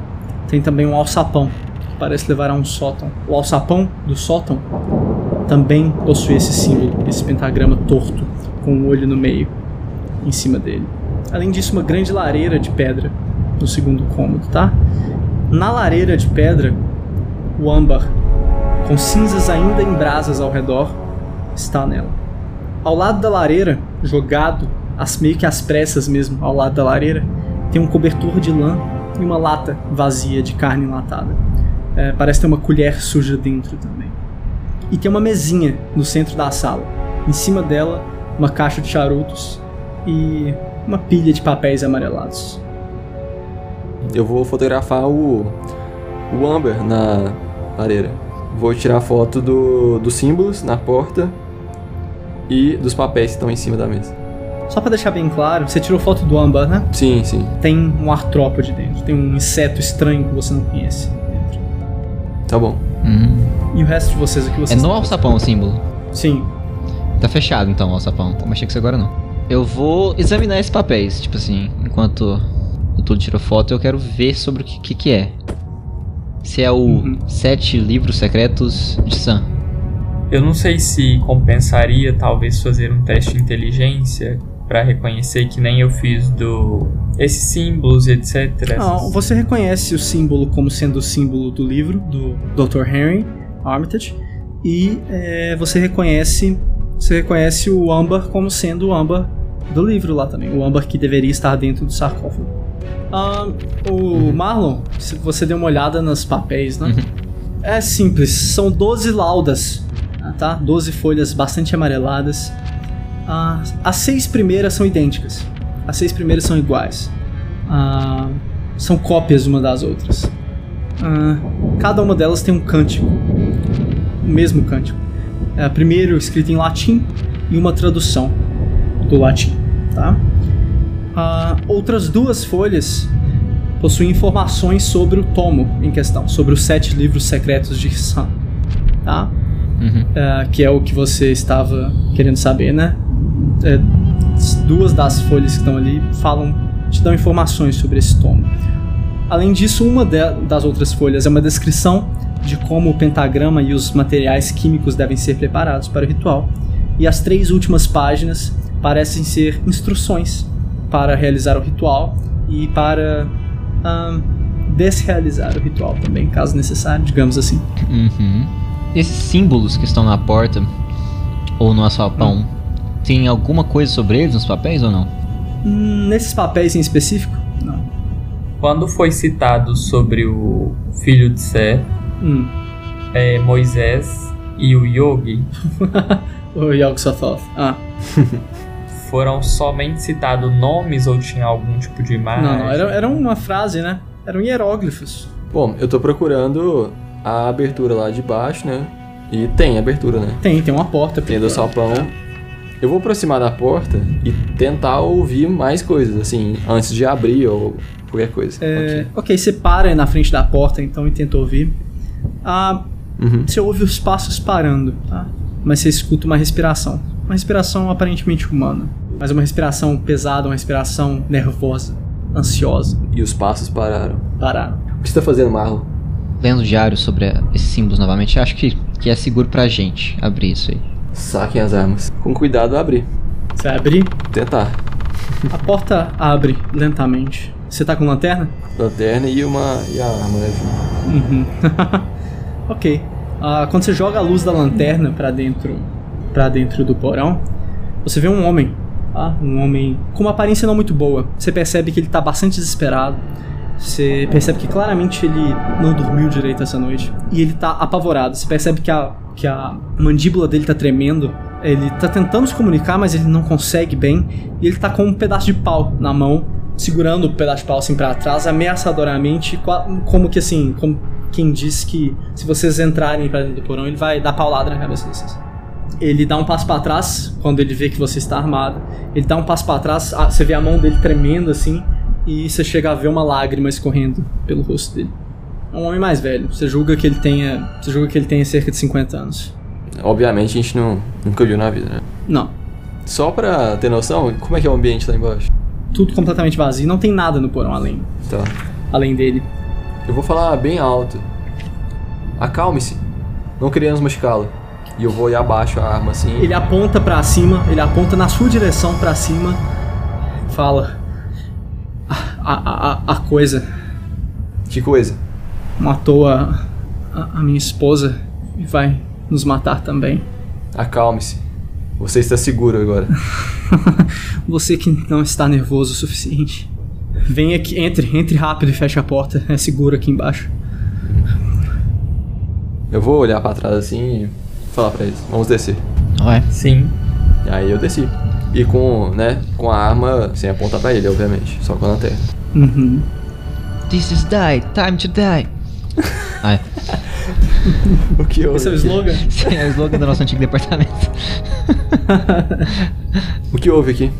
[SPEAKER 3] tem também um alçapão que parece levar a um sótão. O alçapão do sótão também possui esse símbolo, esse pentagrama torto com um olho no meio em cima dele. Além disso, uma grande lareira de pedra no segundo cômodo, tá? Na lareira de pedra, o âmbar, com cinzas ainda em brasas ao redor, está nela. Ao lado da lareira, jogado, as, meio que às pressas mesmo, ao lado da lareira, tem um cobertor de lã e uma lata vazia de carne enlatada. É, parece ter uma colher suja dentro também e tem uma mesinha no centro da sala. Em cima dela, uma caixa de charutos e uma pilha de papéis amarelados.
[SPEAKER 1] Eu vou fotografar o. o Amber na lareira. Vou tirar foto do, dos símbolos na porta e dos papéis que estão em cima da mesa.
[SPEAKER 3] Só pra deixar bem claro, você tirou foto do âmbar, né?
[SPEAKER 1] Sim, sim.
[SPEAKER 3] Tem um artrópode dentro, tem um inseto estranho que você não conhece dentro.
[SPEAKER 1] Tá bom.
[SPEAKER 4] Hum.
[SPEAKER 3] E o resto de vocês, o que
[SPEAKER 4] É
[SPEAKER 3] vocês...
[SPEAKER 4] no alçapão o símbolo.
[SPEAKER 3] Sim.
[SPEAKER 4] Tá fechado então o alçapão. Tá mexendo com isso agora não. Eu vou examinar esses papéis, tipo assim, enquanto o Túlio tirou foto, eu quero ver sobre o que que, que é. Se é o
[SPEAKER 3] Uhum.
[SPEAKER 4] Sete Livros Secretos de Sam.
[SPEAKER 2] Eu não sei se compensaria talvez fazer um teste de inteligência pra reconhecer que nem eu fiz do esses símbolos e etc.
[SPEAKER 3] Não, você reconhece o símbolo como sendo o símbolo do livro do Dr. Henry Armitage e é, você reconhece você reconhece o âmbar como sendo o âmbar do livro lá também, o âmbar que deveria estar dentro do sarcófago. Ahn, o Marlon, se você deu uma olhada nos papéis, né? É simples, são 12 laudas, ah, tá? 12 folhas bastante amareladas. Ah, as seis primeiras são idênticas. As seis primeiras são iguais. Ah, são cópias uma das outras. Ah, cada uma delas tem um cântico. O mesmo cântico. É, primeiro escrito em latim e uma tradução do latim, tá? Ah, outras duas folhas possuem informações sobre o tomo em questão, sobre os sete livros secretos de Sam, tá?
[SPEAKER 4] Uhum.
[SPEAKER 3] Ah, que é o que você estava querendo saber, né? É, duas das folhas que estão ali falam, te dão informações sobre esse tomo. Além disso, uma de- das outras folhas é uma descrição de como o pentagrama e os materiais químicos devem ser preparados para o ritual. E as três últimas páginas parecem ser instruções para realizar o ritual e para ahn, desrealizar o ritual também, caso necessário, digamos assim.
[SPEAKER 4] Uhum. Esses símbolos que estão na porta ou no asfaltão, tem alguma coisa sobre eles nos papéis ou não?
[SPEAKER 3] Hum, nesses papéis em específico, não.
[SPEAKER 2] Quando foi citado sobre o filho de Sé,
[SPEAKER 3] Hum.
[SPEAKER 2] é, Moisés e o Yogi,
[SPEAKER 3] O Yogg-Sothoth. Ah,
[SPEAKER 2] foram somente citados nomes ou tinha algum tipo de imagem?
[SPEAKER 3] não, não, era, era uma frase, né? Eram hieróglifos.
[SPEAKER 1] Bom, eu tô procurando a abertura lá de baixo, né? E tem abertura, né?
[SPEAKER 3] Tem, tem uma porta.
[SPEAKER 1] Tem do salpão. Eu vou aproximar da porta e tentar ouvir mais coisas, assim, antes de abrir ou qualquer coisa.
[SPEAKER 3] É, ok, você para na frente da porta então e tenta ouvir. Ah,
[SPEAKER 1] Ok. Uhum.
[SPEAKER 3] você ouve os passos parando, tá? Mas você escuta uma respiração. Uma respiração aparentemente humana. Mas uma respiração pesada, uma respiração nervosa, ansiosa.
[SPEAKER 1] E os passos pararam.
[SPEAKER 3] Pararam.
[SPEAKER 1] O que você tá fazendo, Marlon?
[SPEAKER 4] Lendo o diário sobre a- esses símbolos novamente, acho que, que é seguro pra gente abrir isso aí.
[SPEAKER 1] Saquem as armas. Com cuidado, abrir.
[SPEAKER 3] Você vai abrir?
[SPEAKER 1] Tentar.
[SPEAKER 3] A porta abre lentamente. Você tá com lanterna?
[SPEAKER 1] Lanterna e uma. e a arma, né? Ju?
[SPEAKER 3] Uhum. ok. Ah, quando você joga a luz da lanterna pra dentro, para dentro do porão, você vê um homem, tá? Um homem com uma aparência não muito boa. Você percebe que ele tá bastante desesperado. Você percebe que claramente ele não dormiu direito essa noite e ele tá apavorado. Você percebe que a que a mandíbula dele tá tremendo. Ele tá tentando se comunicar, mas ele não consegue bem. E ele tá com um pedaço de pau na mão, segurando o pedaço de pau assim pra trás, ameaçadoramente, qua- como que assim, como quem diz que se vocês entrarem pra dentro do porão, ele vai dar paulada na cabeça de vocês. Ele dá um passo pra trás quando ele vê que você está armado. Ele dá um passo pra trás, ah, você vê a mão dele tremendo assim, e você chega a ver uma lágrima escorrendo pelo rosto dele. É um homem mais velho. Você julga que ele tenha, você julga que ele tenha cerca de 50 anos.
[SPEAKER 1] Obviamente a gente não, nunca viu na vida, né?
[SPEAKER 3] Não,
[SPEAKER 1] Só pra ter noção, como é que é o ambiente lá embaixo?
[SPEAKER 3] tudo completamente vazio, não tem nada no porão além,
[SPEAKER 1] Tá.
[SPEAKER 3] além dele.
[SPEAKER 1] Eu vou falar bem alto. Acalme-se. Não queremos machucá-lo. E eu vou ir abaixo a arma assim.
[SPEAKER 3] Ele aponta pra cima, ele aponta na sua direção pra cima, fala "Ah, a, a, a, a coisa
[SPEAKER 1] Que coisa.
[SPEAKER 3] matou a, a, a minha esposa e vai nos matar também.
[SPEAKER 1] Acalme-se. Você está seguro agora.
[SPEAKER 3] Você que não está nervoso o suficiente. Vem aqui, entre, entre rápido e feche a porta. É seguro aqui embaixo.
[SPEAKER 1] Eu vou olhar pra trás assim e falar pra eles. Vamos descer.
[SPEAKER 4] Não é?
[SPEAKER 2] Sim.
[SPEAKER 1] E aí eu desci. E com, né, com a arma sem apontar pra ele, obviamente. Só com a lanterna.
[SPEAKER 3] Uhum.
[SPEAKER 4] This is die, time to die. Ah, é.
[SPEAKER 1] O que eu,
[SPEAKER 3] Esse é o slogan?
[SPEAKER 4] Esse é o slogan do nosso antigo departamento.
[SPEAKER 1] o que houve aqui?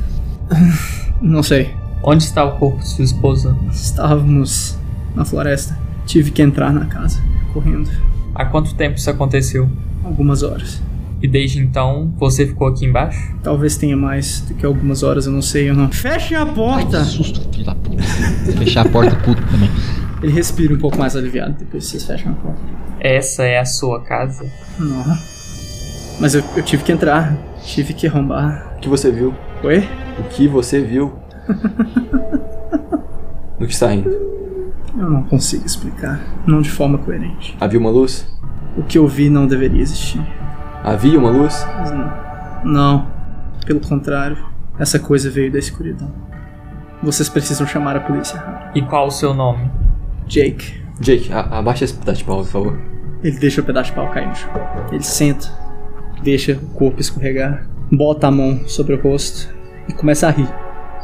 [SPEAKER 3] Não sei.
[SPEAKER 2] Onde está o corpo de sua esposa?
[SPEAKER 3] Estávamos na floresta. Tive que entrar na casa, correndo.
[SPEAKER 2] Há quanto tempo isso aconteceu?
[SPEAKER 3] Algumas horas.
[SPEAKER 2] E desde então você ficou aqui embaixo?
[SPEAKER 3] Talvez tenha mais do que algumas horas, eu não sei, eu não. Fechem a
[SPEAKER 4] Ai,
[SPEAKER 3] porta!
[SPEAKER 4] que susto, filho da puta. Fechar a porta puto também.
[SPEAKER 3] Ele respira um pouco mais aliviado depois que vocês fecham a porta.
[SPEAKER 2] Essa é a sua casa?
[SPEAKER 3] Não. Mas eu, eu tive que entrar. Tive que arrombar.
[SPEAKER 1] O que você viu?
[SPEAKER 3] Oi?
[SPEAKER 1] O que você viu? No que está indo?
[SPEAKER 3] Eu não consigo explicar. Não de forma coerente.
[SPEAKER 1] Havia uma luz?
[SPEAKER 3] O que eu vi não deveria existir.
[SPEAKER 1] Havia uma luz?
[SPEAKER 3] Mas não. Não. Pelo contrário, essa coisa veio da escuridão. Vocês precisam chamar a polícia rápido.
[SPEAKER 2] E qual o seu nome?
[SPEAKER 3] Jake.
[SPEAKER 1] Jake, a- abaixa esse pedaço de pau, por favor.
[SPEAKER 3] Ele deixa o pedaço de pau cair no chão. Ele senta, deixa o corpo escorregar, bota a mão sobre o rosto e começa a rir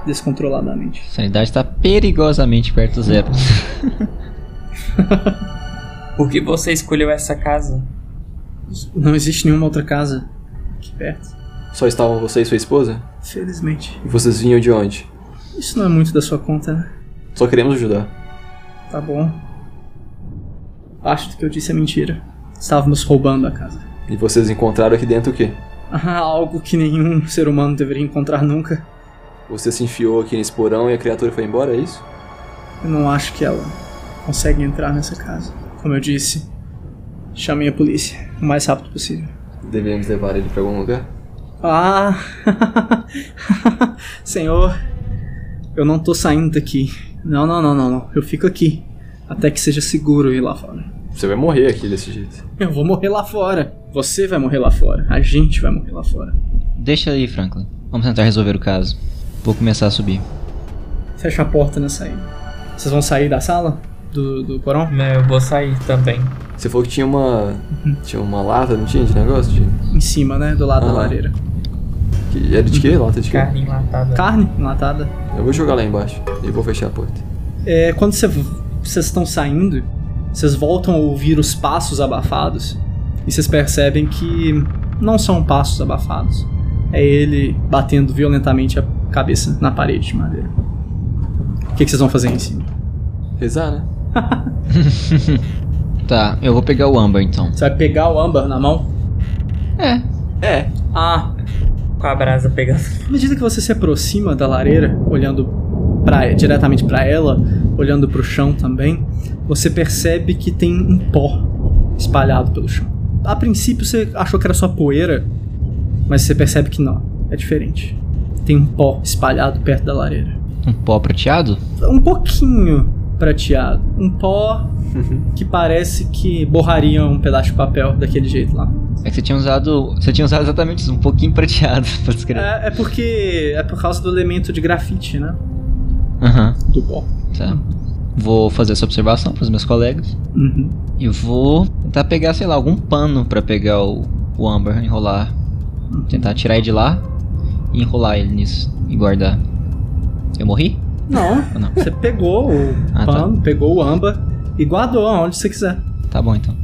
[SPEAKER 3] descontroladamente.
[SPEAKER 4] Sanidade tá perigosamente perto do zero.
[SPEAKER 2] Por que você escolheu essa casa?
[SPEAKER 3] Não existe nenhuma outra casa aqui perto.
[SPEAKER 1] Só estavam você e sua esposa?
[SPEAKER 3] Felizmente.
[SPEAKER 1] E vocês vinham de onde?
[SPEAKER 3] Isso não é muito da sua conta, né?
[SPEAKER 1] Só queremos ajudar.
[SPEAKER 3] Tá bom. Acho que o que eu disse é mentira. Estávamos roubando a casa.
[SPEAKER 1] E vocês encontraram aqui dentro o quê?
[SPEAKER 3] Ah, algo que nenhum ser humano deveria encontrar nunca.
[SPEAKER 1] Você se enfiou aqui nesse porão e a criatura foi embora, é isso?
[SPEAKER 3] Eu não acho que ela consegue entrar nessa casa. Como eu disse, chamei a polícia o mais rápido possível.
[SPEAKER 1] Devemos levar ele pra algum lugar?
[SPEAKER 3] Ah! Senhor, eu não tô saindo daqui. Não, não, não, não, não. Eu fico aqui. Até que seja seguro ir lá fora.
[SPEAKER 1] Você vai morrer aqui desse jeito.
[SPEAKER 3] Eu vou morrer lá fora. Você vai morrer lá fora. A gente vai morrer lá fora.
[SPEAKER 4] Deixa aí, Franklin. Vamos tentar resolver o caso. Vou começar a subir.
[SPEAKER 3] Fecha a porta na saída. Vocês vão sair da sala? Do, do porão?
[SPEAKER 2] Eu vou sair também.
[SPEAKER 1] Você falou que tinha uma. Tinha uma lata, não tinha? De negócio? De...
[SPEAKER 3] Em cima, né? Do lado da
[SPEAKER 1] Ah.
[SPEAKER 3] lareira.
[SPEAKER 1] que- Era de quê? Lata de quê?
[SPEAKER 2] Carne enlatada.
[SPEAKER 3] Carne enlatada.
[SPEAKER 1] Eu vou jogar lá embaixo e vou fechar a porta.
[SPEAKER 3] É, quando cê- vocês estão saindo, vocês voltam a ouvir os passos abafados e vocês percebem que não são passos abafados. É ele batendo violentamente a cabeça na parede de madeira. O que que vocês vão fazer em cima?
[SPEAKER 1] Rezar, né?
[SPEAKER 4] Tá, eu vou pegar o Amber então.
[SPEAKER 3] Você vai pegar o âmbar na mão?
[SPEAKER 1] É.
[SPEAKER 3] Ah,
[SPEAKER 2] Com a brasa pegando.
[SPEAKER 3] à medida que você se aproxima da lareira, olhando pra, diretamente para ela, olhando pro chão também, você percebe que tem um pó espalhado pelo chão. A princípio você achou que era só poeira, mas você percebe que não, é diferente. Tem um pó espalhado perto da lareira.
[SPEAKER 4] Um pó prateado?
[SPEAKER 3] Um pouquinho prateado, um pó que parece que borraria um pedaço de papel daquele jeito lá.
[SPEAKER 4] É que você tinha usado. Você tinha usado exatamente isso, um pouquinho prateado pra descrever.
[SPEAKER 3] É, é porque é por causa do elemento de grafite, né?
[SPEAKER 4] Aham,
[SPEAKER 3] Do pó.
[SPEAKER 4] tá. Vou fazer essa observação pros meus colegas.
[SPEAKER 3] Uhum.
[SPEAKER 4] E vou tentar pegar, sei lá, algum pano pra pegar o, o Amber, enrolar. Tentar tirar ele de lá e enrolar ele nisso e guardar. Eu morri?
[SPEAKER 3] Não,
[SPEAKER 4] Ou não?
[SPEAKER 3] você pegou o
[SPEAKER 4] Ah, tá.
[SPEAKER 3] pano, pegou o amba e guardou aonde você quiser.
[SPEAKER 4] Tá bom então.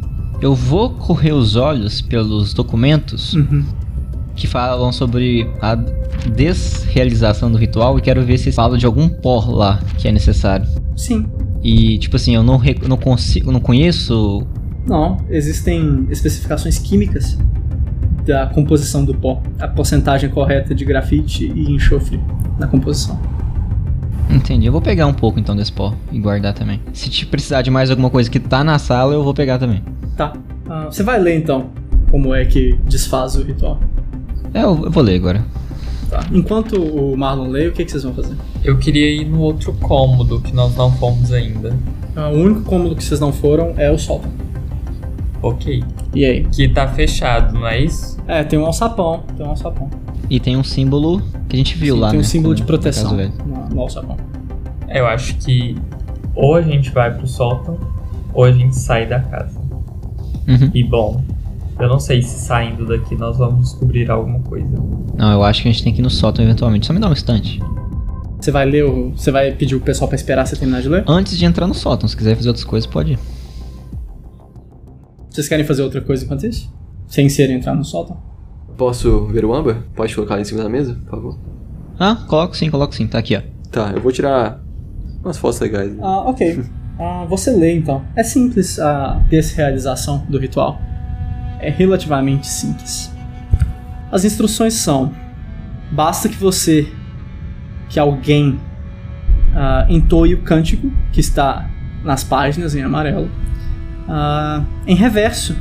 [SPEAKER 4] Eu vou correr os olhos pelos documentos que falam sobre a desrealização do ritual e quero ver se fala de algum pó lá que é necessário.
[SPEAKER 3] Sim.
[SPEAKER 4] E tipo assim, eu não, rec- não consigo, não conheço.
[SPEAKER 3] Não, existem especificações químicas da composição do pó, a porcentagem correta de grafite e enxofre na composição.
[SPEAKER 4] Entendi. Eu vou pegar um pouco então desse pó e guardar também. Se te precisar de mais alguma coisa que tá na sala, eu vou pegar também.
[SPEAKER 3] Tá. Ah, você vai ler então como é que desfaz o ritual.
[SPEAKER 4] É, eu eu vou ler agora.
[SPEAKER 3] Tá. Enquanto o Marlon lê, o que, que vocês vão fazer?
[SPEAKER 2] Eu queria ir no outro cômodo que nós não fomos ainda.
[SPEAKER 3] Ah, o único cômodo que vocês não foram é o sótão.
[SPEAKER 2] Ok.
[SPEAKER 3] E aí?
[SPEAKER 2] Que tá fechado, não é isso?
[SPEAKER 3] É, tem um alçapão, tem um alçapão.
[SPEAKER 4] E tem um símbolo que a gente viu
[SPEAKER 3] Sim,
[SPEAKER 4] lá.
[SPEAKER 3] tem um
[SPEAKER 4] né,
[SPEAKER 3] símbolo
[SPEAKER 4] no-
[SPEAKER 3] de
[SPEAKER 4] no
[SPEAKER 3] proteção
[SPEAKER 4] caso, velho.
[SPEAKER 3] no, no alçapão.
[SPEAKER 2] Eu acho que ou a gente vai pro sótão ou a gente sai da casa.
[SPEAKER 4] Uhum.
[SPEAKER 2] E bom, eu não sei se saindo daqui nós vamos descobrir alguma coisa.
[SPEAKER 4] Não, eu acho que a gente tem que ir no sótão eventualmente. Só me dá um instante.
[SPEAKER 3] Você vai ler o. Você vai pedir o pessoal pra esperar você terminar de ler?
[SPEAKER 4] Antes de entrar no sótão, se quiser fazer outras coisas, pode ir.
[SPEAKER 3] Vocês querem fazer outra coisa enquanto isso? Sem ser entrar no sótão?
[SPEAKER 1] Posso ver o Amber? Pode colocar ali em cima da mesa, por favor?
[SPEAKER 4] Ah, coloco sim, coloco sim. Tá aqui, ó.
[SPEAKER 1] Tá, eu vou tirar umas fotos legais. né?
[SPEAKER 3] Ah, ok. Ah, você lê então. É simples a desrealização do ritual. É relativamente simples. As instruções são: basta que você, que alguém, ah, entoie o cântico que está nas páginas em amarelo, ah, em reverso,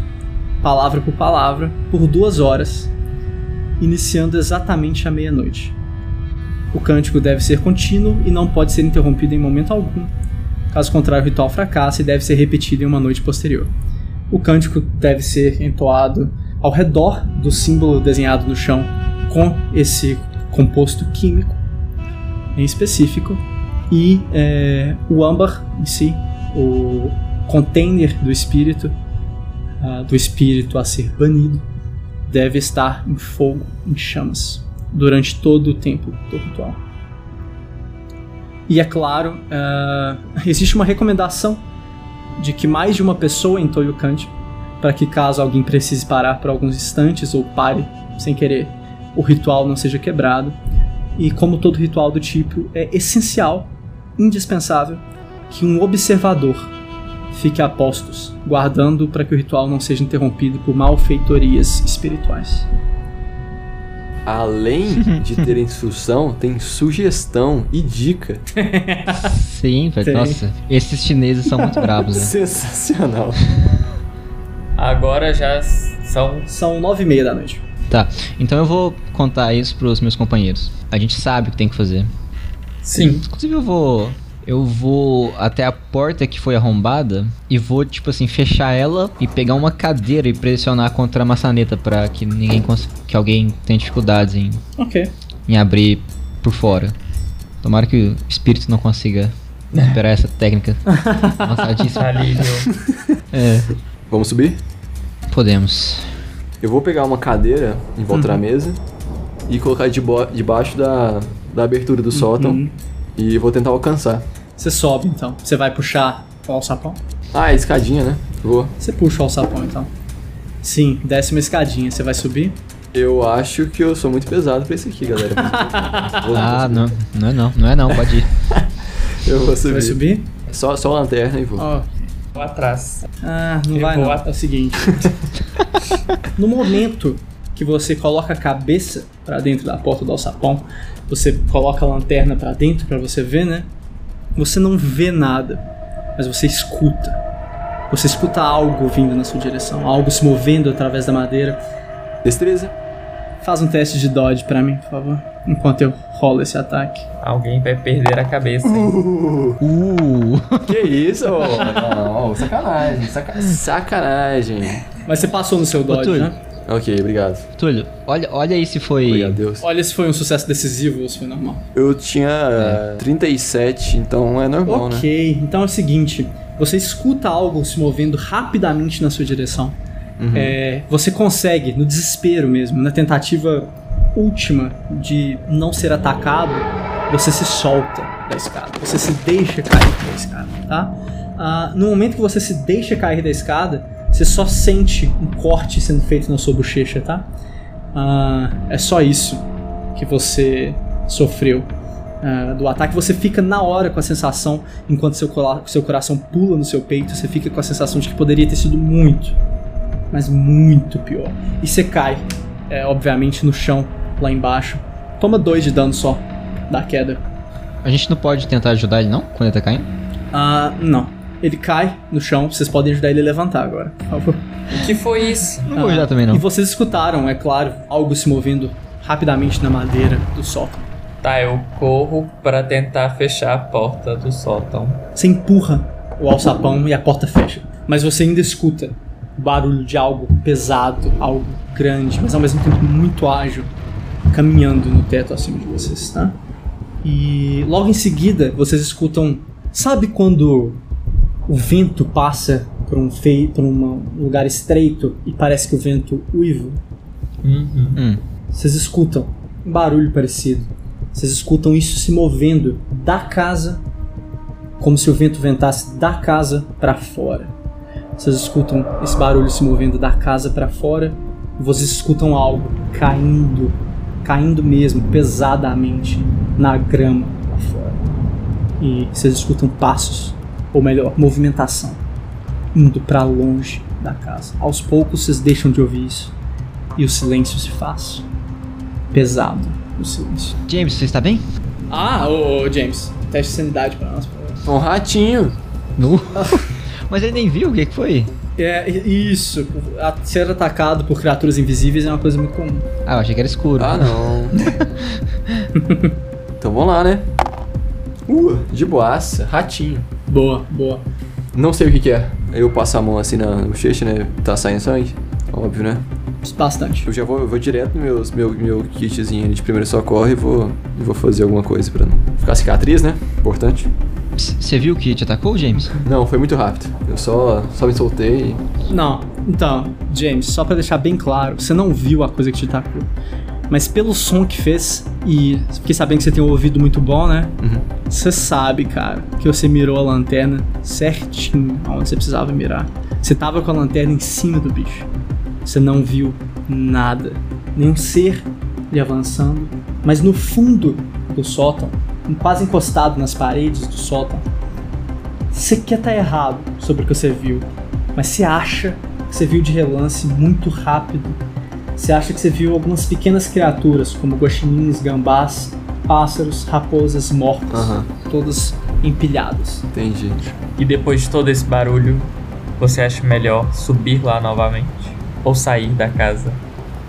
[SPEAKER 3] palavra por palavra, por duas horas, iniciando exatamente à meia-noite. O cântico deve ser contínuo e não pode ser interrompido em momento algum. Caso contrário, o ritual fracassa e deve ser repetido em uma noite posterior. O cântico deve ser entoado ao redor do símbolo desenhado no chão com esse composto químico em específico e é, o âmbar em si, o container do espírito, ah, do espírito a ser banido, deve estar em fogo, em chamas, durante todo o tempo do ritual. E é claro, ah, existe uma recomendação de que mais de uma pessoa entoie o cântico, para que caso alguém precise parar por alguns instantes ou pare sem querer, o ritual não seja quebrado. E como todo ritual do tipo, é essencial, indispensável, que um observador fique a postos, guardando para que o ritual não seja interrompido por malfeitorias espirituais.
[SPEAKER 1] Além de ter instrução, tem sugestão e dica.
[SPEAKER 4] Sim, velho.
[SPEAKER 3] Tem.
[SPEAKER 4] Nossa, esses chineses são muito bravos, né?
[SPEAKER 1] Sensacional.
[SPEAKER 2] Agora já são.
[SPEAKER 3] São nove e meia da noite.
[SPEAKER 4] Tá, então eu vou contar isso pros meus companheiros. A gente sabe o que tem que fazer.
[SPEAKER 2] Sim.
[SPEAKER 4] Inclusive eu vou. Eu vou até a porta que foi arrombada e vou, tipo assim, fechar ela e pegar uma cadeira e pressionar contra a maçaneta pra que ninguém cons- que alguém tenha dificuldades em,
[SPEAKER 3] Ok.
[SPEAKER 4] em abrir por fora. Tomara que o espírito não consiga superar essa técnica avançadíssima.
[SPEAKER 2] Alívio.
[SPEAKER 4] É,
[SPEAKER 1] Vamos subir?
[SPEAKER 4] podemos.
[SPEAKER 1] Eu vou pegar uma cadeira em volta
[SPEAKER 3] Uhum.
[SPEAKER 1] da mesa e colocar debo- debaixo da, da abertura do
[SPEAKER 3] Uhum.
[SPEAKER 1] sótão e vou tentar alcançar.
[SPEAKER 3] Você sobe então. Você vai puxar o alçapão?
[SPEAKER 1] Ah, é escadinha, né? Vou.
[SPEAKER 3] Você puxa o alçapão então. Sim, desce uma escadinha. Você vai subir?
[SPEAKER 1] Eu acho que eu sou muito pesado pra isso aqui, galera. Vou-
[SPEAKER 4] Ah, não, não é não, não é não, pode ir.
[SPEAKER 1] Eu vou
[SPEAKER 3] Você
[SPEAKER 1] subir.
[SPEAKER 3] vai subir?
[SPEAKER 1] Só, só a lanterna e vou.
[SPEAKER 3] Ó.
[SPEAKER 2] Vou atrás.
[SPEAKER 3] Ah, não
[SPEAKER 2] Eu
[SPEAKER 3] vai
[SPEAKER 2] vou
[SPEAKER 3] não.
[SPEAKER 2] at-
[SPEAKER 3] É o seguinte. no momento que você coloca a cabeça pra dentro da porta do alçapão, você coloca a lanterna pra dentro pra você ver, né? Você não vê nada, mas você escuta. Você escuta algo vindo na sua direção, algo se movendo através da madeira.
[SPEAKER 1] Destreza.
[SPEAKER 3] Faz um teste de dodge pra mim, por favor, enquanto eu rolo esse ataque.
[SPEAKER 2] Alguém vai perder a cabeça.
[SPEAKER 4] Uh,
[SPEAKER 1] Que isso? ô? Não, sacanagem, saca- É. sacanagem.
[SPEAKER 3] Mas você passou no seu dodge,
[SPEAKER 4] Túlio.
[SPEAKER 3] né?
[SPEAKER 1] Ok, obrigado.
[SPEAKER 4] Túlio, olha, olha aí se foi.
[SPEAKER 1] Obrigado, Deus.
[SPEAKER 3] Olha se foi um sucesso decisivo ou se foi normal.
[SPEAKER 1] Eu tinha É. 37, então é normal, né?
[SPEAKER 3] Ok, então é o seguinte: você escuta algo se movendo rapidamente na sua direção. É, você consegue, no desespero mesmo, na tentativa última de não ser atacado, você se solta da escada, você se deixa cair da escada, tá? Ah, no momento que você se deixa cair da escada, você só sente um corte sendo feito na sua bochecha, tá? Ah, é só isso que você sofreu ah, do ataque. Você fica na hora com a sensação, enquanto seu, cola- seu coração pula no seu peito, você fica com a sensação de que poderia ter sido muito, mas muito pior. E você cai, é, obviamente, no chão lá embaixo. Toma dois de dano só da queda.
[SPEAKER 4] A gente não pode tentar ajudar ele não, quando ele tá caindo?
[SPEAKER 3] Ah, não. Ele cai no chão, vocês podem ajudar ele a levantar agora, por favor.
[SPEAKER 2] O que foi isso?
[SPEAKER 4] Não vou ajudar também não.
[SPEAKER 3] E vocês escutaram, é claro, algo se movendo rapidamente na madeira do sótão.
[SPEAKER 2] Tá, eu corro pra tentar fechar a porta do sótão.
[SPEAKER 3] Você empurra o alçapão e a porta fecha. Mas você ainda escuta o barulho de algo pesado, algo grande, mas ao mesmo tempo muito ágil, caminhando no teto acima de vocês, tá? E logo em seguida vocês escutam. Sabe quando o vento passa por um, fei por uma- um lugar estreito e parece que o vento uivo?
[SPEAKER 2] Uhum.
[SPEAKER 4] Hum.
[SPEAKER 3] Vocês escutam um barulho parecido. Vocês escutam isso se movendo da casa, como se o vento ventasse da casa para fora. Vocês escutam esse barulho se movendo da casa para fora. E vocês escutam algo caindo, caindo mesmo, pesadamente na grama lá fora. E vocês escutam passos, ou melhor, movimentação, indo para longe da casa. Aos poucos vocês deixam de ouvir isso e o silêncio se faz pesado. O silêncio.
[SPEAKER 4] James, você está bem?
[SPEAKER 3] Ah, ô, ô, James, teste de sanidade pra nós. por
[SPEAKER 1] Um
[SPEAKER 3] favor.
[SPEAKER 1] ratinho.
[SPEAKER 4] Nu. Uh. Mas ele nem viu o que que foi.
[SPEAKER 3] É, i- isso. a- Ser atacado por criaturas invisíveis é uma coisa muito comum.
[SPEAKER 4] Ah, eu achei que era escuro.
[SPEAKER 1] Ah, não. Ah, Então vamos lá, né? Uh, de boaça, ratinho.
[SPEAKER 3] Boa, boa.
[SPEAKER 1] Não sei o que, que é. Eu passo a mão assim na bochecha, né? Tá saindo sangue. Óbvio, né?
[SPEAKER 3] Bastante.
[SPEAKER 1] Eu já vou, eu vou direto no meus, meu, meu kitzinho ali de primeiro socorro e vou, e vou fazer alguma coisa pra não ficar cicatriz, né? Importante.
[SPEAKER 4] Você viu que te atacou, James?
[SPEAKER 1] Não, foi muito rápido. Eu só, só me soltei e.
[SPEAKER 3] Não, então, James, só pra deixar bem claro, você não viu a coisa que te atacou. Mas pelo som que fez, e fiquei sabendo que você tem um ouvido muito bom, né? Você sabe, cara, que você mirou a lanterna certinho aonde você precisava mirar. Você tava com a lanterna em cima do bicho. Você não viu nada. Nenhum ser lhe avançando. Mas no fundo do sótão, um quase encostado nas paredes do sótão, você quer estar errado sobre o que você viu. Mas você acha que você viu de relance muito rápido. Você acha que você viu algumas pequenas criaturas, como guaxinins, gambás, pássaros, raposas mortas,
[SPEAKER 1] Aham.
[SPEAKER 3] todas empilhadas.
[SPEAKER 1] Entendi.
[SPEAKER 2] E depois de todo esse barulho, você acha melhor subir lá novamente? Ou sair da casa?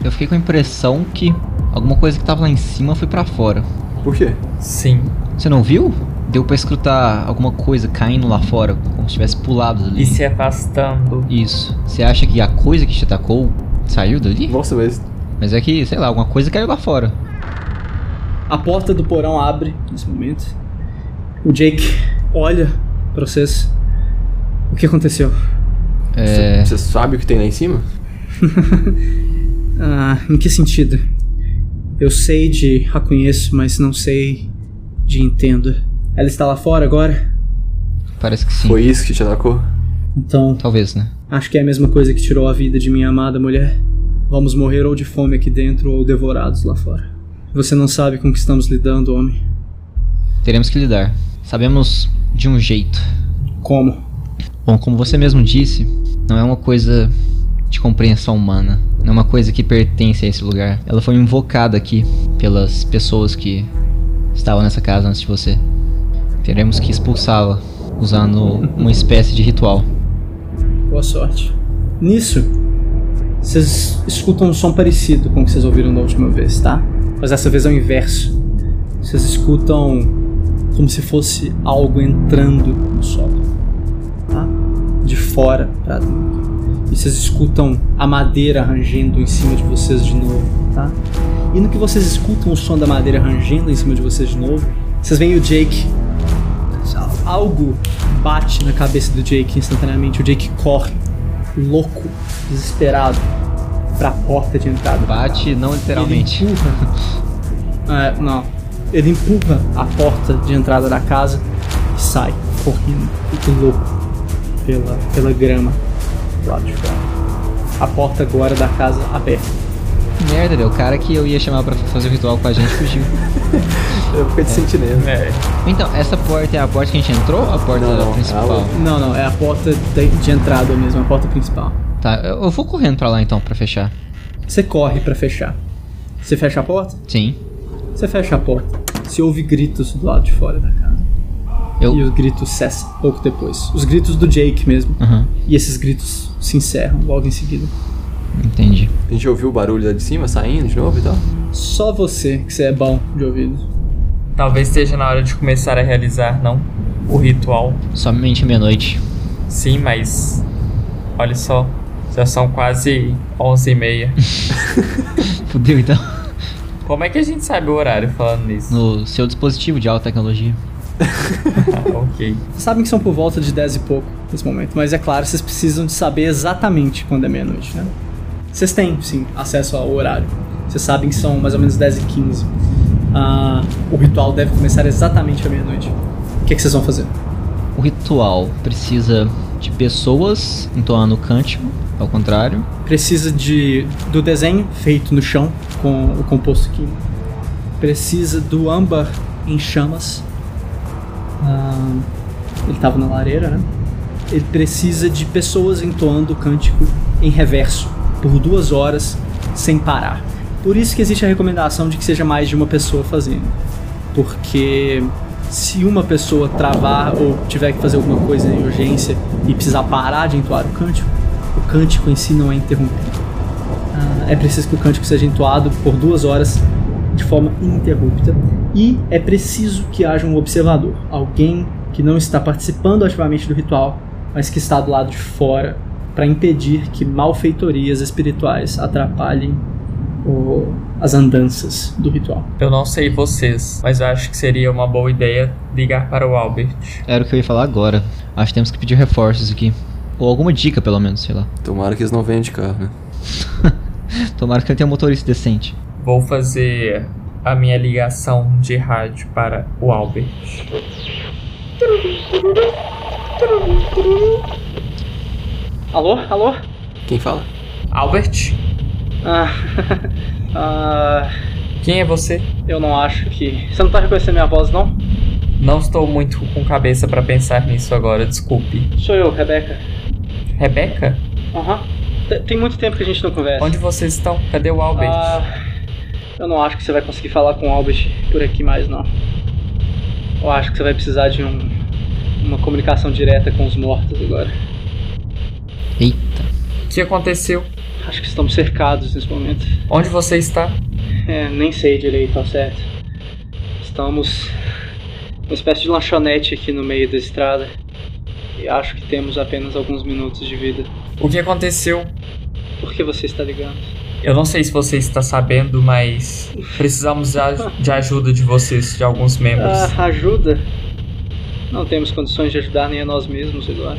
[SPEAKER 4] Eu fiquei com a impressão que alguma coisa que tava lá em cima foi pra fora.
[SPEAKER 1] Por quê?
[SPEAKER 2] Sim.
[SPEAKER 4] Você não viu? Deu pra escutar alguma coisa caindo lá fora, como se tivesse pulado ali.
[SPEAKER 2] E se afastando.
[SPEAKER 4] Isso. Você acha que a coisa que te atacou saiu dali?
[SPEAKER 1] Nossa, mas.
[SPEAKER 4] Mas é que, sei lá, alguma coisa caiu lá fora.
[SPEAKER 3] A porta do porão abre nesse momento. O Jake olha pra vocês. O que aconteceu?
[SPEAKER 4] É.
[SPEAKER 1] Você sabe o que tem lá em cima?
[SPEAKER 3] Ah, em que sentido? Eu sei de a conheço, mas não sei de entendo. Ela está lá fora agora?
[SPEAKER 4] Parece que sim.
[SPEAKER 1] Foi isso que te atacou?
[SPEAKER 3] Então,
[SPEAKER 4] Talvez, né?
[SPEAKER 3] acho que é a mesma coisa que tirou a vida de minha amada mulher. Vamos morrer ou de fome aqui dentro ou devorados lá fora. Você não sabe com que estamos lidando, homem.
[SPEAKER 4] Teremos que lidar. Sabemos de um jeito.
[SPEAKER 3] Como?
[SPEAKER 4] Bom, como você mesmo disse, não é uma coisa de compreensão humana. Não é uma coisa que pertence a esse lugar. Ela foi invocada aqui pelas pessoas que estavam nessa casa antes de você. Teremos que expulsá-la usando uma espécie de ritual.
[SPEAKER 3] Boa sorte. Nisso, vocês escutam um som parecido com o que vocês ouviram da última vez, tá? Mas dessa vez é o inverso. Vocês escutam como se fosse algo entrando no solo, tá? De fora pra dentro. E vocês escutam a madeira rangendo em cima de vocês de novo, tá? E no que vocês escutam o som da madeira rangendo em cima de vocês de novo, vocês veem o Jake algo bate na cabeça do Jake instantaneamente. O Jake corre, louco, desesperado, pra porta de entrada.
[SPEAKER 4] Bate não literalmente.
[SPEAKER 3] Ele empurra. É, não. Ele empurra a porta de entrada da casa e sai correndo, muito louco, pela, pela grama do lado de fora. A porta agora da casa aberta.
[SPEAKER 4] Merda, deu o cara que eu ia chamar pra fazer o ritual com a gente fugiu.
[SPEAKER 1] Eu fiquei de sentinela.
[SPEAKER 2] É.
[SPEAKER 4] Então, essa porta é a porta que a gente entrou ou a porta
[SPEAKER 1] Não, não,
[SPEAKER 4] principal?
[SPEAKER 1] ela-
[SPEAKER 3] Não, não, é a porta de, de entrada mesmo, a porta principal.
[SPEAKER 4] Tá, eu eu vou correndo pra lá então pra fechar.
[SPEAKER 3] Você corre pra fechar. Você fecha a porta?
[SPEAKER 4] Sim.
[SPEAKER 3] Você fecha a porta. Se ouve gritos do lado de fora da casa.
[SPEAKER 4] Eu-
[SPEAKER 3] E os gritos cessam pouco depois. Os gritos do Jake mesmo.
[SPEAKER 4] Aham,
[SPEAKER 3] E esses gritos se encerram logo em seguida.
[SPEAKER 4] entendi.
[SPEAKER 1] A gente ouviu o barulho lá de cima saindo de novo e tal?
[SPEAKER 3] Só você, que você é bom de ouvido.
[SPEAKER 2] Talvez seja na hora de começar a realizar, não? O ritual.
[SPEAKER 4] Somente meia-noite.
[SPEAKER 2] Sim, mas. Olha só. Já são quase 11h30.
[SPEAKER 4] Fudeu então.
[SPEAKER 2] Como é que a gente sabe o horário falando nisso?
[SPEAKER 4] No seu dispositivo de alta tecnologia.
[SPEAKER 2] Ah, ok.
[SPEAKER 3] Vocês sabem que são por volta de 10 e pouco nesse momento, mas é claro, vocês precisam de saber exatamente quando é meia-noite, né? Vocês têm, sim, acesso ao horário. Vocês sabem que são mais ou menos 10 e 15. Ah, o ritual deve começar exatamente à meia-noite. O que, é que vocês vão fazer?
[SPEAKER 4] O ritual precisa de pessoas entoando o cântico, ao contrário.
[SPEAKER 3] Precisa de do desenho feito no chão com o composto químico. Precisa do âmbar em chamas. Ah, ele estava na lareira, né? Ele precisa de pessoas entoando o cântico em reverso por duas horas sem parar. Por isso que existe a recomendação de que seja mais de uma pessoa fazendo, porque se uma pessoa travar ou tiver que fazer alguma coisa em urgência e precisar parar de entoar o cântico, o cântico em si não é interrompido. Ah, é preciso que o cântico seja entoado por duas horas de forma ininterrupta e é preciso que haja um observador, alguém que não está participando ativamente do ritual, mas que está do lado de fora para impedir que malfeitorias espirituais atrapalhem o- as andanças do ritual.
[SPEAKER 2] Eu não sei vocês, mas eu acho que seria uma boa ideia ligar para o Albert.
[SPEAKER 4] Era o que eu ia falar agora. Acho que temos que pedir reforços aqui. Ou alguma dica, pelo menos, sei lá.
[SPEAKER 1] Tomara que eles não vendem de carro, né?
[SPEAKER 4] Tomara que ele tenha um motorista decente.
[SPEAKER 2] Vou fazer a minha ligação de rádio para o Albert.
[SPEAKER 3] Alô? Alô?
[SPEAKER 1] Quem fala?
[SPEAKER 2] Albert,
[SPEAKER 3] Ah, ah,
[SPEAKER 2] quem é você?
[SPEAKER 3] eu não acho que. Você não tá reconhecendo minha voz, não?
[SPEAKER 2] Não estou muito com cabeça para pensar nisso agora, desculpe.
[SPEAKER 3] Sou eu, Rebeca.
[SPEAKER 2] Rebeca,
[SPEAKER 3] Aham. Te- Tem muito tempo que a gente não conversa.
[SPEAKER 2] onde vocês estão? Cadê o Albert?
[SPEAKER 3] Ah, eu não acho que você vai conseguir falar com o Albert por aqui mais, não. Eu acho que você vai precisar de um, uma comunicação direta com os mortos agora.
[SPEAKER 4] Eita.
[SPEAKER 2] O que aconteceu?
[SPEAKER 3] Acho que estamos cercados nesse momento.
[SPEAKER 2] Onde você está?
[SPEAKER 3] É, nem sei direito ao certo. Estamos uma espécie de lanchonete aqui no meio da estrada. E acho que temos apenas alguns minutos de vida.
[SPEAKER 2] O que aconteceu?
[SPEAKER 3] Por que você está ligando?
[SPEAKER 2] Eu não sei se você está sabendo, mas precisamos de a- de ajuda de vocês, de alguns membros.
[SPEAKER 3] Ah, ajuda? Não temos condições de ajudar nem a nós mesmos agora.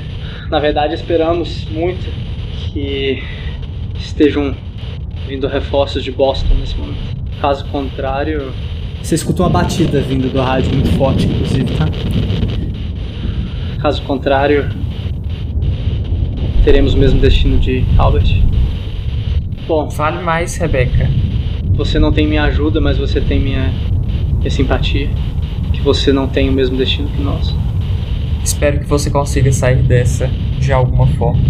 [SPEAKER 3] Na verdade, esperamos muito que estejam vindo reforços de Boston nesse momento. Caso contrário. Você escutou uma batida vindo do rádio muito forte, inclusive, tá? Caso contrário, teremos o mesmo destino de Albert. Bom,
[SPEAKER 2] Fale mais, Rebeca.
[SPEAKER 3] você não tem minha ajuda, mas você tem minha, minha simpatia. Que você não tem o mesmo destino que nós.
[SPEAKER 2] Espero que você consiga sair dessa de alguma forma.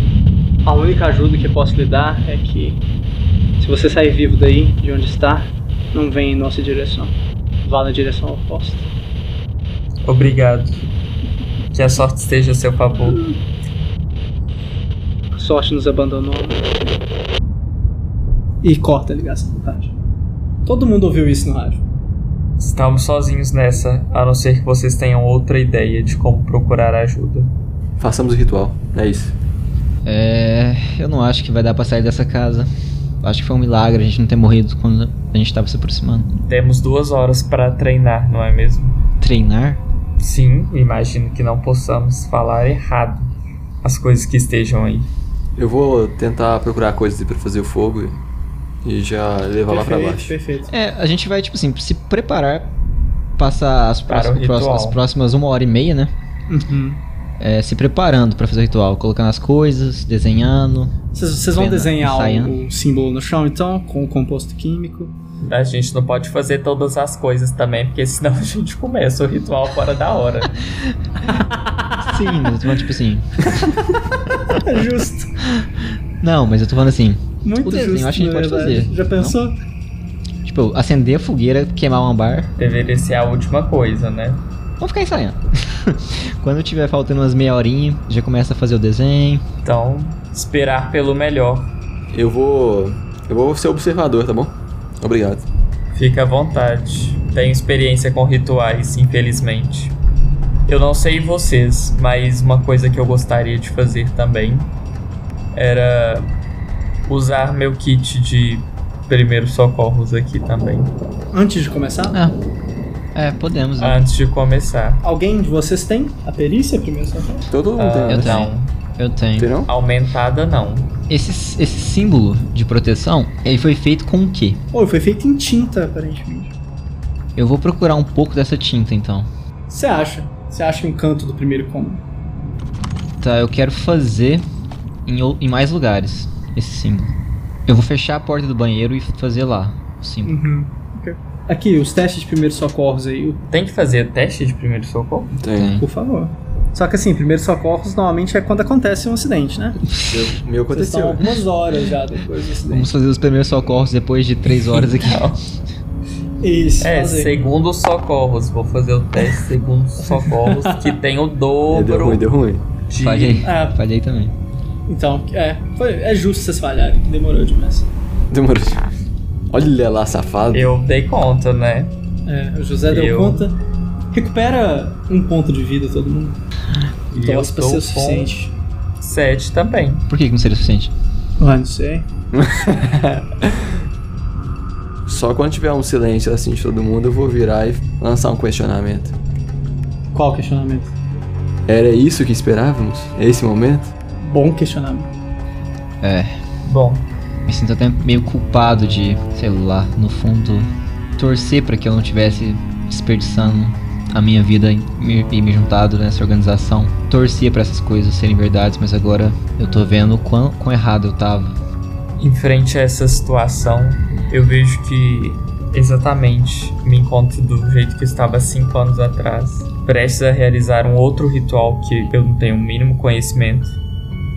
[SPEAKER 3] A única ajuda que eu posso lhe dar é que, se você sair vivo daí, de onde está, não venha em nossa direção. Vá na direção oposta.
[SPEAKER 2] Obrigado. Que a sorte esteja a seu favor.
[SPEAKER 3] A sorte nos abandonou. E corta a ligação do rádio. Todo mundo ouviu isso no rádio.
[SPEAKER 2] Estamos sozinhos nessa, a não ser que vocês tenham outra ideia de como procurar ajuda.
[SPEAKER 1] Façamos o ritual. É isso.
[SPEAKER 4] É. Eu não acho que vai dar pra sair dessa casa. Acho que foi um milagre a gente não ter morrido quando a gente tava se aproximando.
[SPEAKER 2] Temos duas horas para treinar, não é mesmo?
[SPEAKER 4] Treinar?
[SPEAKER 2] Sim, imagino que não possamos falar errado as coisas que estejam aí.
[SPEAKER 1] Eu vou tentar procurar coisas pra fazer o fogo e- e já levar lá pra baixo.
[SPEAKER 3] perfeito.
[SPEAKER 4] É, a gente vai, tipo assim, se preparar. Passar as,
[SPEAKER 2] Para o
[SPEAKER 4] próximas-
[SPEAKER 2] ritual.
[SPEAKER 4] as próximas uma hora e meia, né? É, se preparando pra fazer o ritual, colocando as coisas, desenhando.
[SPEAKER 3] Vocês vocês vão
[SPEAKER 4] Vendo,
[SPEAKER 3] desenhar o,
[SPEAKER 4] ensaiando.
[SPEAKER 3] o símbolo no chão, então, com o composto químico.
[SPEAKER 2] A gente não pode fazer todas as coisas também, porque senão a gente começa o ritual fora da hora.
[SPEAKER 4] Sim, mas eu tô falando, tipo assim.
[SPEAKER 3] Justo.
[SPEAKER 4] Não, mas eu tô falando assim.
[SPEAKER 3] Muito
[SPEAKER 4] O desenho
[SPEAKER 3] justo,
[SPEAKER 4] eu acho que a gente
[SPEAKER 3] na
[SPEAKER 4] pode
[SPEAKER 3] verdade.
[SPEAKER 4] fazer,
[SPEAKER 3] Já
[SPEAKER 4] não?
[SPEAKER 3] pensou?
[SPEAKER 4] Tipo, acender a fogueira, queimar um bar.
[SPEAKER 2] Deveria ser a última coisa, né?
[SPEAKER 4] Vamos ficar ensaiando. Quando tiver faltando umas meia horinha, já começa a fazer o desenho.
[SPEAKER 2] Então, esperar pelo melhor.
[SPEAKER 1] Eu vou. Eu vou ser observador, tá bom? Obrigado.
[SPEAKER 2] Fica à vontade. Tenho experiência com rituais, infelizmente. Eu não sei vocês, mas uma coisa que eu gostaria de fazer também era usar meu kit de primeiros socorros aqui também,
[SPEAKER 3] Antes de começar,
[SPEAKER 4] Ah. É, podemos. Né?
[SPEAKER 2] antes de começar.
[SPEAKER 3] alguém de vocês tem a perícia primeiro? só fala.
[SPEAKER 1] Todo mundo
[SPEAKER 2] Ah,
[SPEAKER 1] tem,
[SPEAKER 4] eu
[SPEAKER 1] né?
[SPEAKER 4] tenho. um.
[SPEAKER 2] não,
[SPEAKER 4] Eu tenho.
[SPEAKER 1] Tem não?
[SPEAKER 2] aumentada não.
[SPEAKER 4] Esse, esse símbolo de proteção, ele foi feito com o quê?
[SPEAKER 3] Oh, foi feito em tinta, aparentemente.
[SPEAKER 4] Eu vou procurar um pouco dessa tinta então.
[SPEAKER 3] Você acha? Você acha um canto do primeiro cômodo?
[SPEAKER 4] Tá, eu quero fazer em, ou- em mais lugares esse símbolo. Eu vou fechar a porta do banheiro e fazer lá o símbolo.
[SPEAKER 3] Uhum. Aqui, os testes de primeiros socorros aí,
[SPEAKER 2] Tem que fazer teste de primeiro socorro?
[SPEAKER 1] Tem.
[SPEAKER 3] por favor. Só que assim, primeiros socorros normalmente é quando acontece um acidente, né?
[SPEAKER 1] Eu- meu
[SPEAKER 3] Vocês estão
[SPEAKER 1] aconteceu.
[SPEAKER 3] algumas horas já depois do acidente.
[SPEAKER 4] Vamos fazer os primeiros socorros depois de três horas aqui.
[SPEAKER 3] Isso,
[SPEAKER 2] É,
[SPEAKER 3] fazer.
[SPEAKER 2] segundo os socorros. Vou fazer o teste segundo os socorros, que tem o
[SPEAKER 1] É, deu ruim,
[SPEAKER 2] dobro
[SPEAKER 1] deu ruim.
[SPEAKER 2] de...
[SPEAKER 4] Falhei.
[SPEAKER 3] Ah,
[SPEAKER 4] Falhei também.
[SPEAKER 3] então, é, foi, é justo vocês falharem, que demorou demais.
[SPEAKER 1] Demorou. Olha lá, safado.
[SPEAKER 2] Eu dei conta, né?
[SPEAKER 3] É, o José deu
[SPEAKER 2] Eu-
[SPEAKER 3] conta. Recupera um ponto de vida todo mundo.
[SPEAKER 1] Então
[SPEAKER 2] E eu
[SPEAKER 3] Torce pra
[SPEAKER 2] tô
[SPEAKER 3] Então, ser
[SPEAKER 2] com
[SPEAKER 3] o suficiente.
[SPEAKER 2] Sete também.
[SPEAKER 4] Por que que não seria o suficiente?
[SPEAKER 3] Ah, não sei.
[SPEAKER 1] Só quando tiver um silêncio assim de todo mundo, eu vou virar e lançar um questionamento.
[SPEAKER 3] Qual questionamento?
[SPEAKER 1] Era isso que esperávamos? É Esse momento?
[SPEAKER 3] Bom questionamento.
[SPEAKER 4] É,
[SPEAKER 2] Bom,
[SPEAKER 4] me sinto até meio culpado de, sei lá, no fundo, torcer pra que eu não tivesse desperdiçando a minha vida e me, e me juntado nessa organização. Torcia pra essas coisas serem verdades, mas agora eu tô vendo o quão, quão errado eu tava.
[SPEAKER 2] em frente a essa situação, eu vejo que exatamente me encontro do jeito que estava há cinco anos atrás, prestes a realizar um outro ritual que eu não tenho o mínimo conhecimento.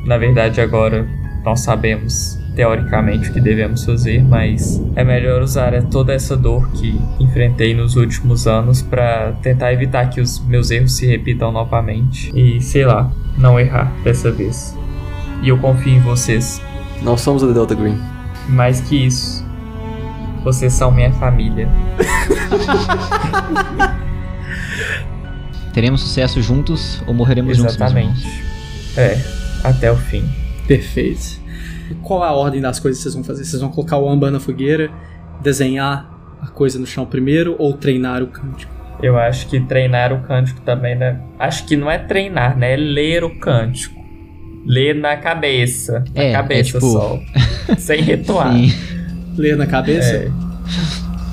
[SPEAKER 2] Na verdade, agora nós sabemos teoricamente o que devemos fazer, mas é melhor usar toda essa dor que enfrentei nos últimos anos para tentar evitar que os meus erros se repitam novamente e, sei lá, não errar dessa vez. E eu confio em vocês.
[SPEAKER 1] Nós somos a Delta Green.
[SPEAKER 2] Mais que isso, vocês são minha família.
[SPEAKER 4] Teremos sucesso juntos ou morreremos juntos? meus
[SPEAKER 2] Exatamente. É, até o fim.
[SPEAKER 3] Perfeito. Qual é a ordem das coisas que vocês vão fazer? Vocês vão colocar o amba na fogueira, desenhar a coisa no chão primeiro ou treinar o Tipo, cântico?
[SPEAKER 2] Eu acho que treinar o cântico também, né? Acho que não é treinar, né? É ler o cântico. Ler na cabeça. Na
[SPEAKER 4] É, é
[SPEAKER 2] cabeça
[SPEAKER 4] tipo-
[SPEAKER 2] só. Sem ritual.
[SPEAKER 4] irmãos? Sim.
[SPEAKER 3] Ler na cabeça?
[SPEAKER 2] É.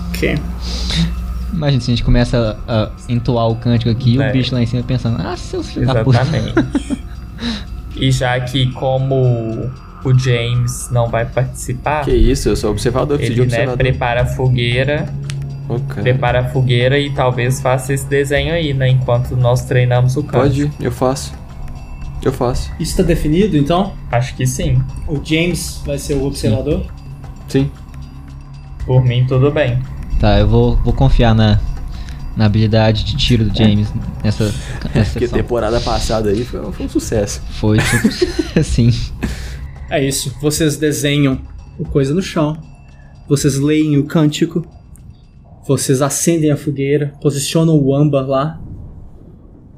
[SPEAKER 3] Ok.
[SPEAKER 4] Imagina se a gente começa a, a entoar o cântico aqui e
[SPEAKER 2] É.
[SPEAKER 4] o bicho lá em cima pensando, ah, seus filhos da puta.
[SPEAKER 2] Exatamente. e já que como o James não vai participar,
[SPEAKER 1] Que isso, eu sou observador, preciso de
[SPEAKER 2] Ah. ele né,
[SPEAKER 1] observador.
[SPEAKER 2] prepara a fogueira
[SPEAKER 1] Ô, cara.
[SPEAKER 2] Prepara a fogueira e talvez faça esse desenho aí, né? Enquanto nós treinamos o canto.
[SPEAKER 1] Pode, eu faço. Eu faço.
[SPEAKER 3] Isso está definido então?
[SPEAKER 2] Acho que sim.
[SPEAKER 3] O James vai ser o observador?
[SPEAKER 1] Sim.
[SPEAKER 2] Por mim, tudo bem.
[SPEAKER 4] Tá, eu vou, vou confiar na, na habilidade de
[SPEAKER 1] É.
[SPEAKER 4] tiro do James nessa, nessa
[SPEAKER 1] Porque
[SPEAKER 4] sessão.
[SPEAKER 1] temporada passada aí foi, foi um sucesso.
[SPEAKER 4] Foi tipo assim.
[SPEAKER 3] É isso. Vocês desenham o coisa no chão. Vocês leem o cântico. Vocês acendem a fogueira. Posicionam o amba lá.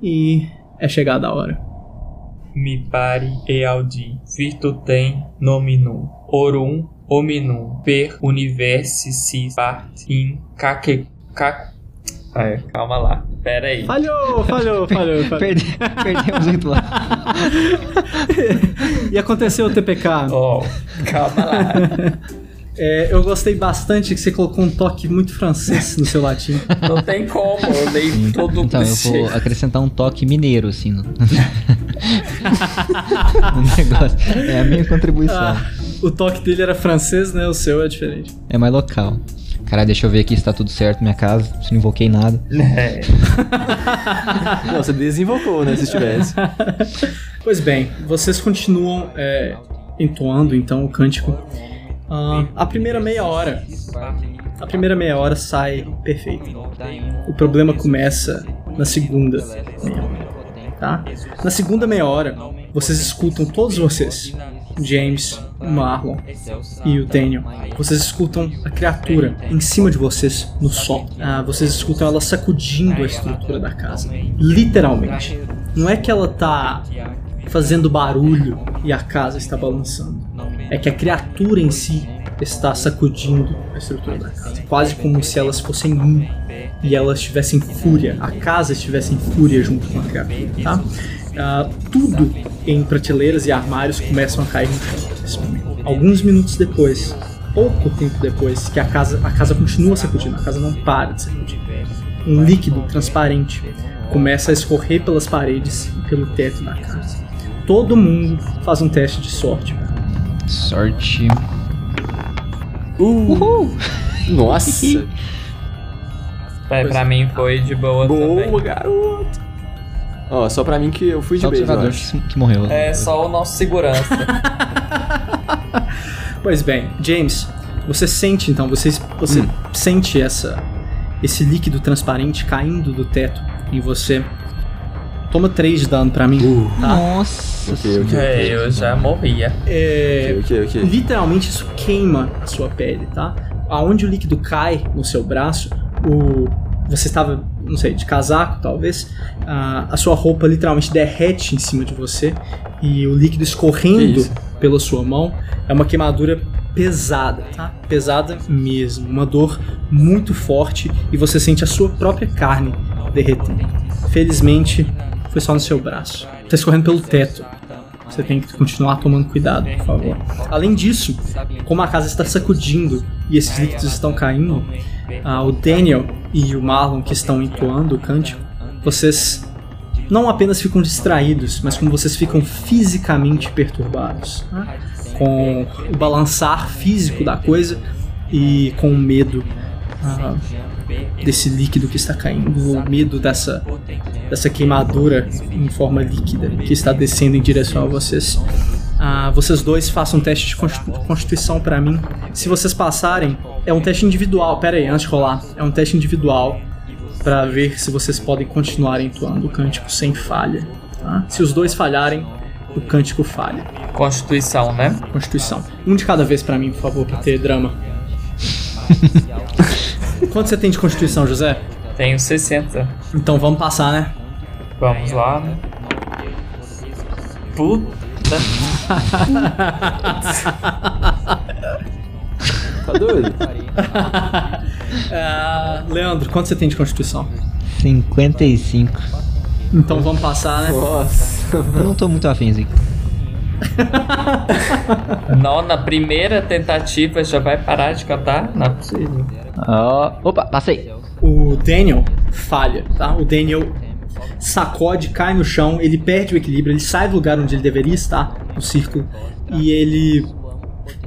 [SPEAKER 3] E é chegada a hora.
[SPEAKER 2] Mi pari e audi, virtutem nominum, orum hominum, per universi si part in caque... ca- Ah, é, calma lá. Pera aí.
[SPEAKER 3] Falhou, falhou, falhou. falhou.
[SPEAKER 4] Perde, perdemos o ritual.
[SPEAKER 3] E aconteceu o TPK.
[SPEAKER 2] Oh, calma lá.
[SPEAKER 3] É, eu gostei bastante que você colocou um toque muito francês no seu latim.
[SPEAKER 2] Não tem como, eu dei todo
[SPEAKER 4] Então, eu vou acrescentar um toque mineiro, assim, no, no negócio. É a minha contribuição.
[SPEAKER 3] Ah, o toque dele era francês, né? O seu é diferente.
[SPEAKER 4] É mais local. Caralho, deixa eu ver aqui se tá tudo certo na minha casa, se não invoquei nada.
[SPEAKER 2] É,
[SPEAKER 1] Não, você desinvocou, né? Se tivesse.
[SPEAKER 3] Pois bem, vocês continuam é, entoando então o cântico. Ah, a primeira meia hora, a primeira meia hora sai perfeito. O problema começa na segunda, tá? Na segunda meia hora, vocês escutam todos vocês, James, o Marlon e o Daniel. Vocês escutam a criatura em cima de vocês no sol. Ah, vocês escutam ela sacudindo a estrutura da casa, literalmente. Não é que ela tá fazendo barulho e a casa está balançando. É que a criatura em si está sacudindo a estrutura da casa, quase como se elas fossem um e elas estivessem em fúria, a casa estivesse em fúria junto com a criatura, tá? Ah, tudo em prateleiras e armários começam a cair no chão nesse momento. Alguns minutos depois, pouco tempo depois, que a casa, a casa continua sacudindo, a casa não para de sacudir. Um líquido transparente começa a escorrer pelas paredes e pelo teto da casa. Todo mundo faz um teste de sorte.
[SPEAKER 4] Sorte.
[SPEAKER 1] Uh! Nossa.
[SPEAKER 2] É, pra-
[SPEAKER 3] é.
[SPEAKER 2] pra mim foi de boa, também.
[SPEAKER 1] Boa, garoto. Ó, só pra mim que eu fui de
[SPEAKER 4] Só o
[SPEAKER 1] beijo, eu
[SPEAKER 4] observador
[SPEAKER 1] acho.
[SPEAKER 4] que, que morreu.
[SPEAKER 2] É só o nosso segurança.
[SPEAKER 3] Pois bem, James, você sente então, você, você sente essa esse líquido transparente caindo do teto em você. Toma 3 de dano pra mim, tá?
[SPEAKER 4] Nossa
[SPEAKER 1] Ok, ok.
[SPEAKER 4] senhora.
[SPEAKER 2] É, eu já morria.
[SPEAKER 3] É,
[SPEAKER 1] Ok, ok, ok.
[SPEAKER 3] literalmente isso queima a sua pele, tá? aonde o líquido cai no seu braço, o você estava, não sei, de casaco talvez, a, a sua roupa literalmente derrete em cima de você e o líquido
[SPEAKER 1] Que
[SPEAKER 3] escorrendo
[SPEAKER 1] isso?
[SPEAKER 3] pela sua mão é uma queimadura pesada, tá? Pesada mesmo, uma dor muito forte e você sente a sua própria carne derretendo. Felizmente, foi só no seu braço. Tá escorrendo pelo teto. Você tem que continuar tomando cuidado, por favor. Além disso, como a casa está sacudindo e esses líquidos estão caindo, ah, o Daniel e o Marlon que estão entoando o cântico, vocês não apenas ficam distraídos, mas como vocês ficam fisicamente perturbados, né? com o balançar físico da coisa e com o medo ah, desse líquido que está caindo, o medo dessa dessa queimadura em forma líquida que está descendo em direção a vocês. Ah, vocês dois façam um teste de constitu- constituição pra mim. Se vocês passarem, é um teste individual. Pera aí, antes de rolar, é um teste individual pra ver se vocês podem continuar entoando o cântico sem falha. tá? Se os dois falharem, o cântico falha.
[SPEAKER 2] Constituição, né?
[SPEAKER 3] Constituição. Um de cada vez pra mim, por favor, pra ter drama. Quanto você tem de constituição, José?
[SPEAKER 2] Tenho 60.
[SPEAKER 3] Então vamos passar, né?
[SPEAKER 2] Vamos lá. né? Puta.
[SPEAKER 1] Tá doido?
[SPEAKER 3] Ah, Leandro, quanto você tem de constituição?
[SPEAKER 4] 55.
[SPEAKER 3] Então vamos passar, né?
[SPEAKER 1] Nossa.
[SPEAKER 4] Eu não tô muito afim, Zico.
[SPEAKER 2] Não, na primeira tentativa já vai parar de cantar? Não é possível.
[SPEAKER 5] Ó, opa, passei.
[SPEAKER 3] É O Daniel falha, tá? O Daniel sacode, cai no chão, ele perde o equilíbrio, ele sai do lugar onde ele deveria estar, no círculo, e ele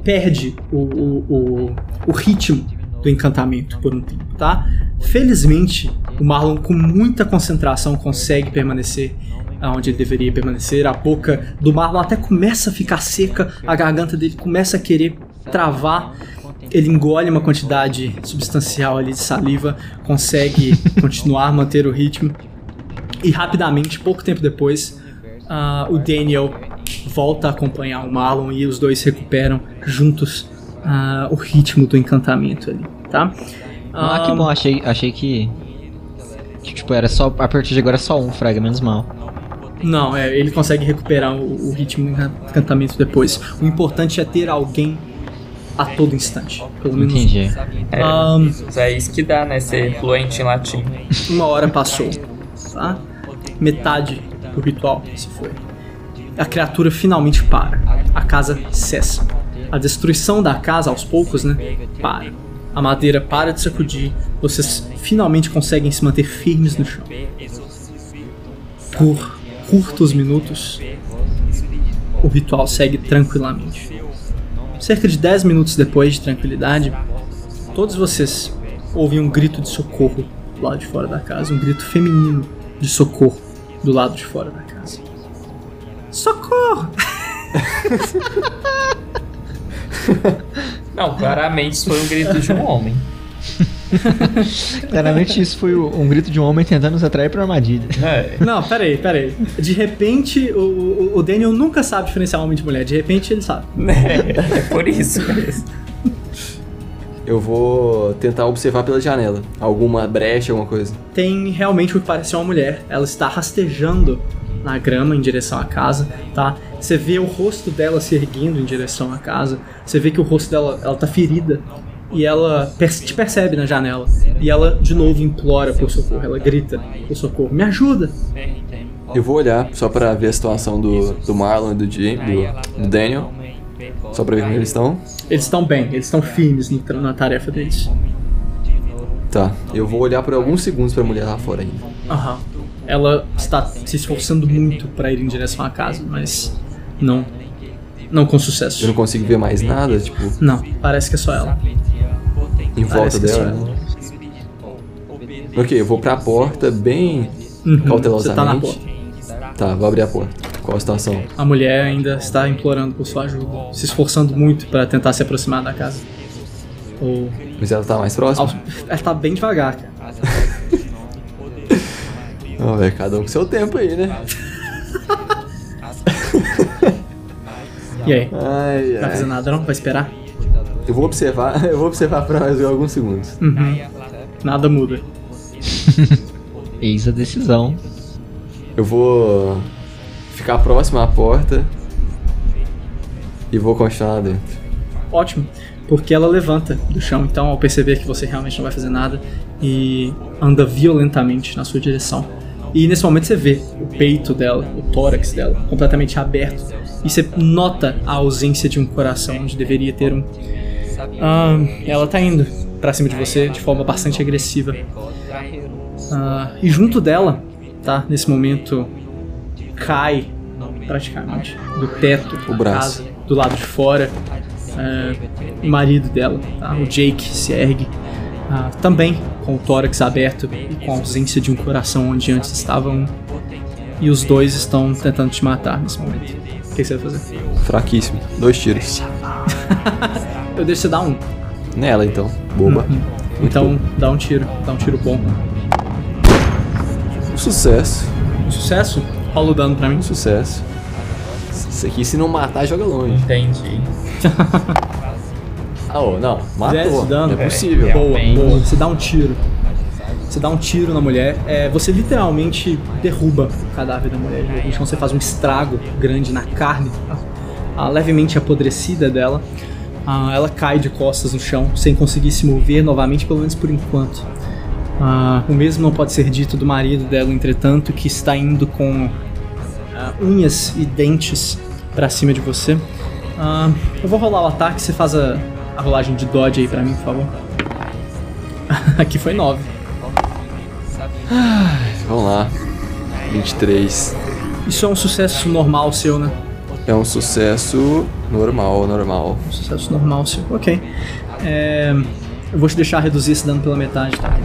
[SPEAKER 3] perde o, o, o, o ritmo do encantamento por um tempo, tá? Felizmente, o Marlon, com muita concentração, consegue permanecer onde ele deveria permanecer. A boca do Marlon até começa a ficar seca, a garganta dele começa a querer travar. Ele engole uma quantidade substancial ali de saliva, consegue continuar, manter o ritmo. E rapidamente, pouco tempo depois, ah, o Daniel volta a acompanhar o Marlon e os dois recuperam juntos ah, o ritmo do encantamento ali, tá?
[SPEAKER 4] Ah, que bom, achei, achei que. que, tipo, era só. A partir de agora é só um frag, menos mal.
[SPEAKER 3] Não, é, ele consegue recuperar o, o ritmo do encantamento depois. O importante é ter alguém a todo instante. Pelo menos um,
[SPEAKER 4] Entendi.
[SPEAKER 2] É,
[SPEAKER 3] Ahn.
[SPEAKER 2] é isso que dá, né? Ser fluente em latim.
[SPEAKER 3] uma hora passou, tá? Metade do ritual se foi. A criatura finalmente para. A casa cessa. A destruição da casa, aos poucos, né? Para. A madeira para de sacudir. Vocês finalmente conseguem se manter firmes no chão. Por curtos minutos, o ritual segue tranquilamente. Cerca de 10 minutos depois de tranquilidade, todos vocês ouvem um grito de socorro do lado de fora da casa, um grito feminino de socorro do lado de fora da casa. Socorro!
[SPEAKER 2] Não, claramente isso foi um grito de um homem.
[SPEAKER 4] Claramente isso foi o- um grito de um homem tentando nos atrair pra armadilha.
[SPEAKER 2] É.
[SPEAKER 3] Não, peraí, peraí. De repente, o, o- o Daniel nunca sabe diferenciar homem de mulher. De repente, ele sabe.
[SPEAKER 2] É, por isso mesmo.
[SPEAKER 1] Eu vou tentar observar pela janela. Alguma brecha, alguma coisa.
[SPEAKER 3] tem realmente o que parece uma mulher. Ela está rastejando na grama em direção à casa, tá? Você vê o rosto dela se erguendo em direção à casa. Você vê que o rosto dela, ela tá ferida. E ela per- te percebe na janela. E ela, de novo, implora por socorro. Ela grita por socorro. Me ajuda!
[SPEAKER 1] Eu vou olhar só pra ver a situação do, do Marlon e do Jim, do, do Daniel. Só pra ver como eles
[SPEAKER 2] um
[SPEAKER 1] estão.
[SPEAKER 3] Eles estão bem. Eles estão firmes no tra- na tarefa deles.
[SPEAKER 1] Tá. Eu vou olhar por alguns segundos pra mulher lá fora ainda.
[SPEAKER 3] Aham. Ela está se esforçando muito para ir em direção à casa, mas não... Não com
[SPEAKER 1] Eu não
[SPEAKER 3] sucesso.
[SPEAKER 1] consigo ver mais nada, tipo,
[SPEAKER 3] Não, parece que é só ela.
[SPEAKER 1] em volta
[SPEAKER 3] Parece que
[SPEAKER 1] dela.
[SPEAKER 3] só
[SPEAKER 1] né? Ok, eu vou pra porta bem
[SPEAKER 3] Uhum, Você tá na
[SPEAKER 1] cautelosamente.
[SPEAKER 3] porta.
[SPEAKER 1] Tá, vou abrir a porta. Qual a situação?
[SPEAKER 3] A mulher ainda está implorando por sua ajuda, se esforçando muito para tentar se aproximar da casa. Ou...
[SPEAKER 1] Mas ela tá mais próxima?
[SPEAKER 3] aos- Ela tá bem devagar, cara.
[SPEAKER 1] Não, velho, cada um com seu tempo aí, né?
[SPEAKER 3] E aí?
[SPEAKER 1] Ai,
[SPEAKER 3] Não vai fazer
[SPEAKER 1] ai.
[SPEAKER 3] tá nada não? Vai esperar?
[SPEAKER 1] Eu vou observar, eu vou observar pra mais alguns segundos.
[SPEAKER 3] Uhum. Nada muda.
[SPEAKER 4] Eis a decisão.
[SPEAKER 1] Eu vou ficar próximo à porta e vou continuar lá dentro.
[SPEAKER 3] Ótimo, porque ela levanta do chão, então, ao perceber que você realmente não vai fazer nada, e anda violentamente na sua direção. E nesse momento você vê o peito dela, o tórax dela, completamente aberto, e você nota a ausência de um coração onde deveria ter um. Ah, ela tá indo pra cima de você de forma bastante agressiva. Ah, e junto dela, tá? Nesse momento, cai praticamente do teto
[SPEAKER 1] O
[SPEAKER 3] da
[SPEAKER 1] braço.
[SPEAKER 3] casa, do lado de fora. é, o marido dela, tá? o Jake, se ergue. ah, também com o tórax aberto e com a ausência de um coração onde antes estava um. E os dois estão tentando te matar nesse momento. O que você vai fazer?
[SPEAKER 1] Fraquíssimo. Dois tiros.
[SPEAKER 3] Eu deixo você dar um.
[SPEAKER 1] Nela então. Boba.
[SPEAKER 3] Então dá um tiro. Dá um tiro bom.
[SPEAKER 1] Sucesso.
[SPEAKER 3] Um sucesso? Rola o dano pra mim.
[SPEAKER 1] Sucesso. Isso aqui se não matar, joga longe.
[SPEAKER 2] Entendi.
[SPEAKER 1] Ah, ô, não.
[SPEAKER 3] Dez
[SPEAKER 1] Matou.
[SPEAKER 3] de dano.
[SPEAKER 1] Não é possível.
[SPEAKER 3] Boa,
[SPEAKER 2] Realmente.
[SPEAKER 3] boa. Você dá um tiro. Você dá um tiro na mulher, é, você literalmente derruba o cadáver da mulher. Então você faz um estrago grande na carne, a, a levemente apodrecida dela. Ah, ela cai de costas no chão, sem conseguir se mover novamente, pelo menos por enquanto. Ah, o mesmo não pode ser dito do marido dela, entretanto, que está indo com ah, unhas e dentes pra cima de você. Ah, eu vou rolar o ataque, você faz a, a rolagem de dodge aí pra mim, por favor. Aqui foi 9.
[SPEAKER 1] Vamos lá. 23.
[SPEAKER 3] Isso é um sucesso normal seu, né?
[SPEAKER 1] É um sucesso normal, normal.
[SPEAKER 3] Um sucesso normal seu. Ok. É, eu vou te deixar reduzir esse dano pela metade, tá?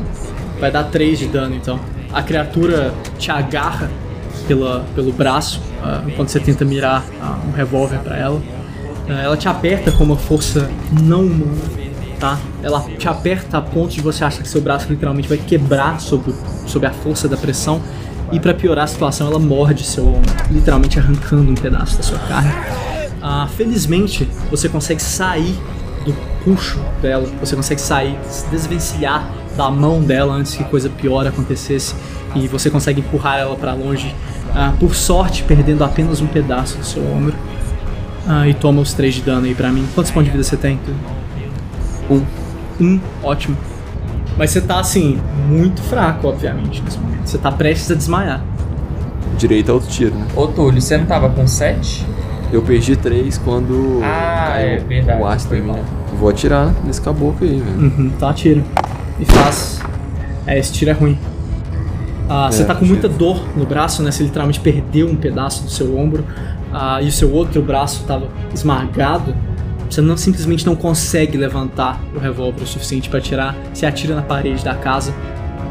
[SPEAKER 3] Vai dar 3 de dano, então. A criatura te agarra pela, pelo braço ah, enquanto você tenta mirar ah, um revólver pra ela. Ah, ela te aperta com uma força não humana, tá? Ela te aperta a ponto de você achar que seu braço literalmente vai quebrar sob, sob a força da pressão. E pra piorar a situação, ela morde seu ombro, literalmente arrancando um pedaço da sua carne. Ah, felizmente, você consegue sair do puxo dela, você consegue sair, se desvencilhar da mão dela antes que coisa pior acontecesse e você consegue empurrar ela pra longe, ah, por sorte perdendo apenas um pedaço do seu ombro. Ah, e toma os 3 de dano aí pra mim. Quantos pontos de vida você tem? Um. Um, ótimo. Mas você tá assim, muito fraco, obviamente, nesse momento. Você tá prestes a desmaiar.
[SPEAKER 1] Direito ao tiro, né?
[SPEAKER 2] Ô Túlio, você não tava com 7?
[SPEAKER 1] Eu perdi 3 quando
[SPEAKER 2] Ah,
[SPEAKER 1] caiu
[SPEAKER 2] é verdade,
[SPEAKER 1] o ácido
[SPEAKER 2] foi
[SPEAKER 1] em mim.
[SPEAKER 2] mal.
[SPEAKER 1] né? Vou atirar nesse caboclo aí, velho.
[SPEAKER 3] Uhum, então atira. E faz. É, esse tiro é ruim. Ah, você
[SPEAKER 1] É,
[SPEAKER 3] tá com muita dor no braço, né? Você literalmente perdeu um pedaço do seu ombro ah, e o seu outro braço tava esmagado. Você não, simplesmente não consegue levantar o revólver o suficiente pra atirar. Você atira na parede da casa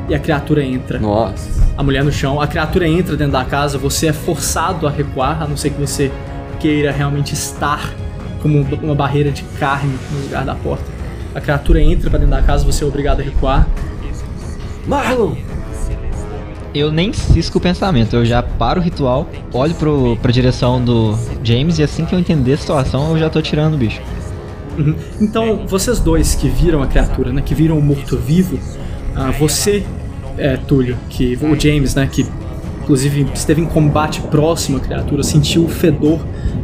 [SPEAKER 3] e a criatura entra.
[SPEAKER 1] Nossa.
[SPEAKER 3] A mulher no chão, a criatura entra dentro da casa, você é forçado a recuar, a não ser que você queira realmente estar como uma barreira de carne no lugar da porta. A criatura entra pra dentro da casa, você é obrigado a recuar.
[SPEAKER 1] Marlon!
[SPEAKER 4] Eu nem cisco o pensamento, eu já paro o ritual, olho pro, pra direção do James e assim que eu entender a situação eu já tô tirando o bicho.
[SPEAKER 3] Uhum. Então, vocês dois que viram a criatura, né, que viram o morto-vivo, ah, você, é, Túlio, que o James, né, que inclusive esteve em combate próximo à criatura, sentiu o fedor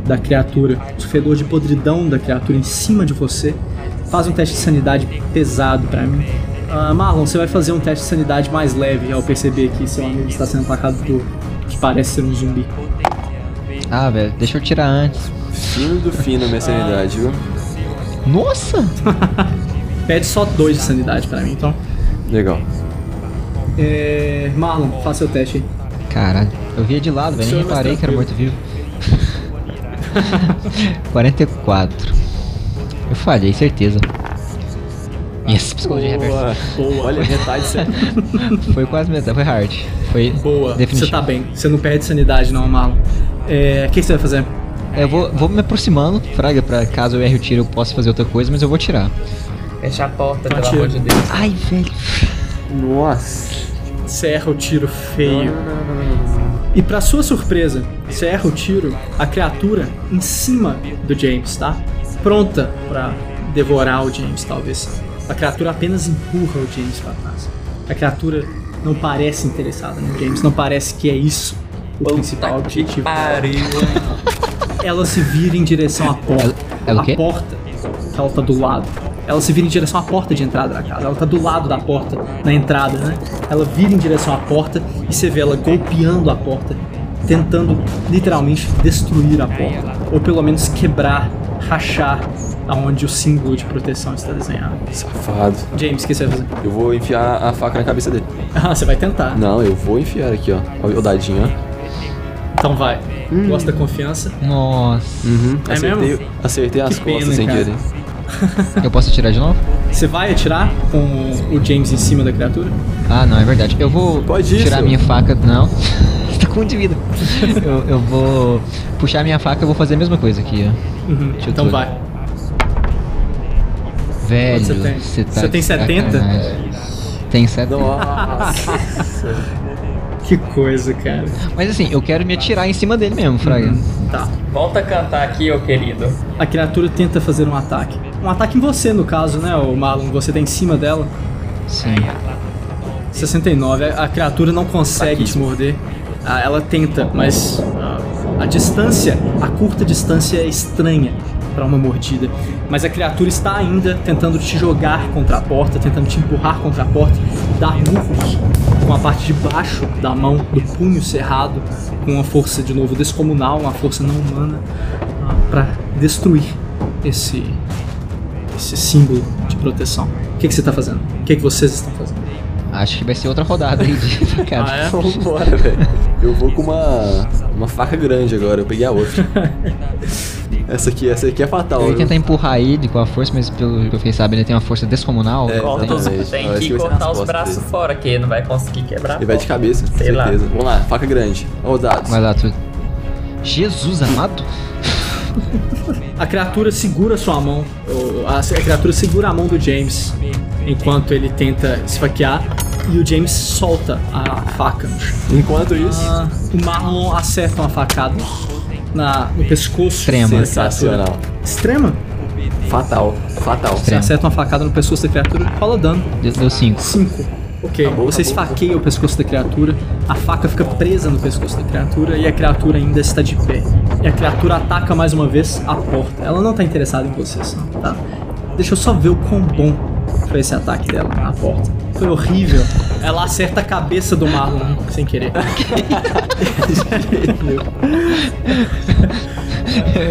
[SPEAKER 3] da criatura, o fedor de podridão da criatura em cima de você, faz um teste de sanidade pesado pra mim. Ah, Marlon, você vai fazer um teste de sanidade mais leve ao perceber que seu amigo está sendo atacado por que parece ser um zumbi.
[SPEAKER 4] Ah, velho, deixa eu tirar antes.
[SPEAKER 1] Fino do fino a minha sanidade, viu?
[SPEAKER 4] Nossa!
[SPEAKER 3] Pede só dois de sanidade pra mim, então.
[SPEAKER 1] Legal.
[SPEAKER 3] É, Marlon, faça seu teste aí.
[SPEAKER 4] Caralho, eu via de lado, velho,
[SPEAKER 3] Senhor,
[SPEAKER 4] nem
[SPEAKER 3] mas
[SPEAKER 4] reparei que era morto-vivo. 44. Eu falhei, certeza. Yes, psicologia reversa.
[SPEAKER 3] Boa.
[SPEAKER 1] Olha, metade certa.
[SPEAKER 4] Foi quase metade, foi hard. Foi
[SPEAKER 3] Boa,
[SPEAKER 4] definitivo.
[SPEAKER 3] você tá bem. Você não perde sanidade não, Marlon. É, o que você vai fazer?
[SPEAKER 4] Eu vou, vou me aproximando, Fraga, pra caso eu erre o tiro eu possa fazer outra coisa, mas eu vou tirar.
[SPEAKER 2] Fecha a porta, pelo
[SPEAKER 3] Atira.
[SPEAKER 2] amor de Deus.
[SPEAKER 4] Ai, velho.
[SPEAKER 1] Nossa.
[SPEAKER 3] Você erra o tiro feio. E pra sua surpresa, você erra o tiro, a criatura em cima do James, tá? Pronta pra devorar o James, talvez. A criatura apenas empurra o James para trás. A criatura não parece interessada no James, não parece que é isso o principal objetivo.
[SPEAKER 2] Pariu.
[SPEAKER 3] Ela se vira em direção à porta.
[SPEAKER 4] ela o
[SPEAKER 3] a
[SPEAKER 4] quê?
[SPEAKER 3] porta que ela tá do lado. Ela se vira em direção à porta de entrada da casa. Ela tá do lado da porta, na entrada, né? Ela vira em direção à porta e você vê ela golpeando a porta, tentando literalmente destruir a porta. Ou pelo menos quebrar, rachar aonde o símbolo de proteção está desenhado.
[SPEAKER 1] Safado.
[SPEAKER 3] James, o que você vai fazer?
[SPEAKER 1] Eu vou enfiar a faca na cabeça dele.
[SPEAKER 3] Ah, você vai tentar.
[SPEAKER 1] Não, eu vou enfiar aqui, ó. Olha o dadinho, ó.
[SPEAKER 3] Então vai.
[SPEAKER 4] Hum.
[SPEAKER 3] Gosta da confiança?
[SPEAKER 4] Nossa.
[SPEAKER 1] Uhum.
[SPEAKER 3] É
[SPEAKER 1] acertei,
[SPEAKER 3] mesmo?
[SPEAKER 1] acertei as
[SPEAKER 3] Que
[SPEAKER 1] costas
[SPEAKER 3] pena,
[SPEAKER 1] sem
[SPEAKER 3] cara.
[SPEAKER 1] querer.
[SPEAKER 4] Eu posso atirar de novo?
[SPEAKER 3] Você vai atirar com o James em cima da criatura?
[SPEAKER 4] Ah, não, é verdade. Eu vou
[SPEAKER 1] Pode ir,
[SPEAKER 4] tirar
[SPEAKER 1] seu.
[SPEAKER 4] minha faca. Não. Tô com um de vida. eu, eu vou puxar minha faca e vou fazer a mesma coisa aqui, ó.
[SPEAKER 3] Uhum.
[SPEAKER 4] Deixa eu
[SPEAKER 3] Então
[SPEAKER 4] tudo.
[SPEAKER 3] vai.
[SPEAKER 4] Velho,
[SPEAKER 3] Quanto você tem?
[SPEAKER 4] você tá.
[SPEAKER 3] Você tem
[SPEAKER 4] de
[SPEAKER 3] 70?
[SPEAKER 4] sacanagem. Tem 70.
[SPEAKER 1] Nossa.
[SPEAKER 3] Que coisa, cara.
[SPEAKER 4] Mas assim, eu quero me atirar em cima dele mesmo, Fraga.
[SPEAKER 3] Tá.
[SPEAKER 2] Volta a cantar aqui, ô querido.
[SPEAKER 3] A criatura tenta fazer um ataque. Um ataque em você, no caso, né, o Marlon? Você tá em cima dela.
[SPEAKER 4] Sim.
[SPEAKER 3] 69. A a criatura não consegue te morder. Ah, Ela tenta, mas ah, a distância, a curta distância é estranha para uma mordida. Mas a criatura está ainda tentando te jogar contra a porta, tentando te empurrar contra a porta, dar murros com a parte de baixo da mão, do punho cerrado, com uma força de novo descomunal, uma força não humana, para destruir esse esse símbolo de proteção. O que, que você está fazendo? O que, que vocês estão fazendo?
[SPEAKER 4] Acho que vai ser outra rodada aí de facada.
[SPEAKER 1] Ah, é?
[SPEAKER 3] É?
[SPEAKER 1] Vambora, velho. Eu vou com uma, uma faca grande agora, eu peguei a outra. essa aqui, essa aqui é fatal.
[SPEAKER 4] Eu ia
[SPEAKER 1] viu?
[SPEAKER 4] tentar empurrar ele com a força, mas pelo que eu fiquei sabendo, ele tem uma força descomunal. Então,
[SPEAKER 1] É.
[SPEAKER 2] Corta os-
[SPEAKER 1] Exatamente.
[SPEAKER 2] tem
[SPEAKER 1] Parece
[SPEAKER 2] que
[SPEAKER 1] que vai ser nas
[SPEAKER 2] cortar os
[SPEAKER 1] costas
[SPEAKER 2] braços
[SPEAKER 1] dele.
[SPEAKER 2] fora, que ele não vai conseguir quebrar.
[SPEAKER 1] Ele vai de cabeça, com
[SPEAKER 2] Sei lá.
[SPEAKER 1] certeza. Vamos lá, faca grande. Olha os dados.
[SPEAKER 4] Vai lá, tu. Jesus amado?
[SPEAKER 3] A criatura segura sua mão, ou a, a criatura segura a mão do James enquanto ele tenta esfaquear e o James solta a faca. no chão.
[SPEAKER 1] Enquanto isso,
[SPEAKER 3] Ah, o Marlon acerta uma facada na, no pescoço.
[SPEAKER 4] Extrema.
[SPEAKER 3] da criatura.
[SPEAKER 1] sensacional.
[SPEAKER 3] Extrema?
[SPEAKER 1] Fatal, fatal.
[SPEAKER 3] Você
[SPEAKER 4] Extrema.
[SPEAKER 3] acerta uma facada no pescoço da criatura, rola dano.
[SPEAKER 4] Deu- Deu 5.
[SPEAKER 3] 5. Ok,
[SPEAKER 1] Acabou,
[SPEAKER 3] você
[SPEAKER 1] acabou.
[SPEAKER 3] esfaqueia o pescoço da criatura, a faca fica presa no pescoço da criatura e a criatura ainda está de pé. E a criatura ataca mais uma vez a porta. Ela não está interessada em vocês, não, tá? Deixa eu só ver o quão bom foi esse ataque dela na porta. Foi horrível. Ela acerta a cabeça do Marlon sem querer.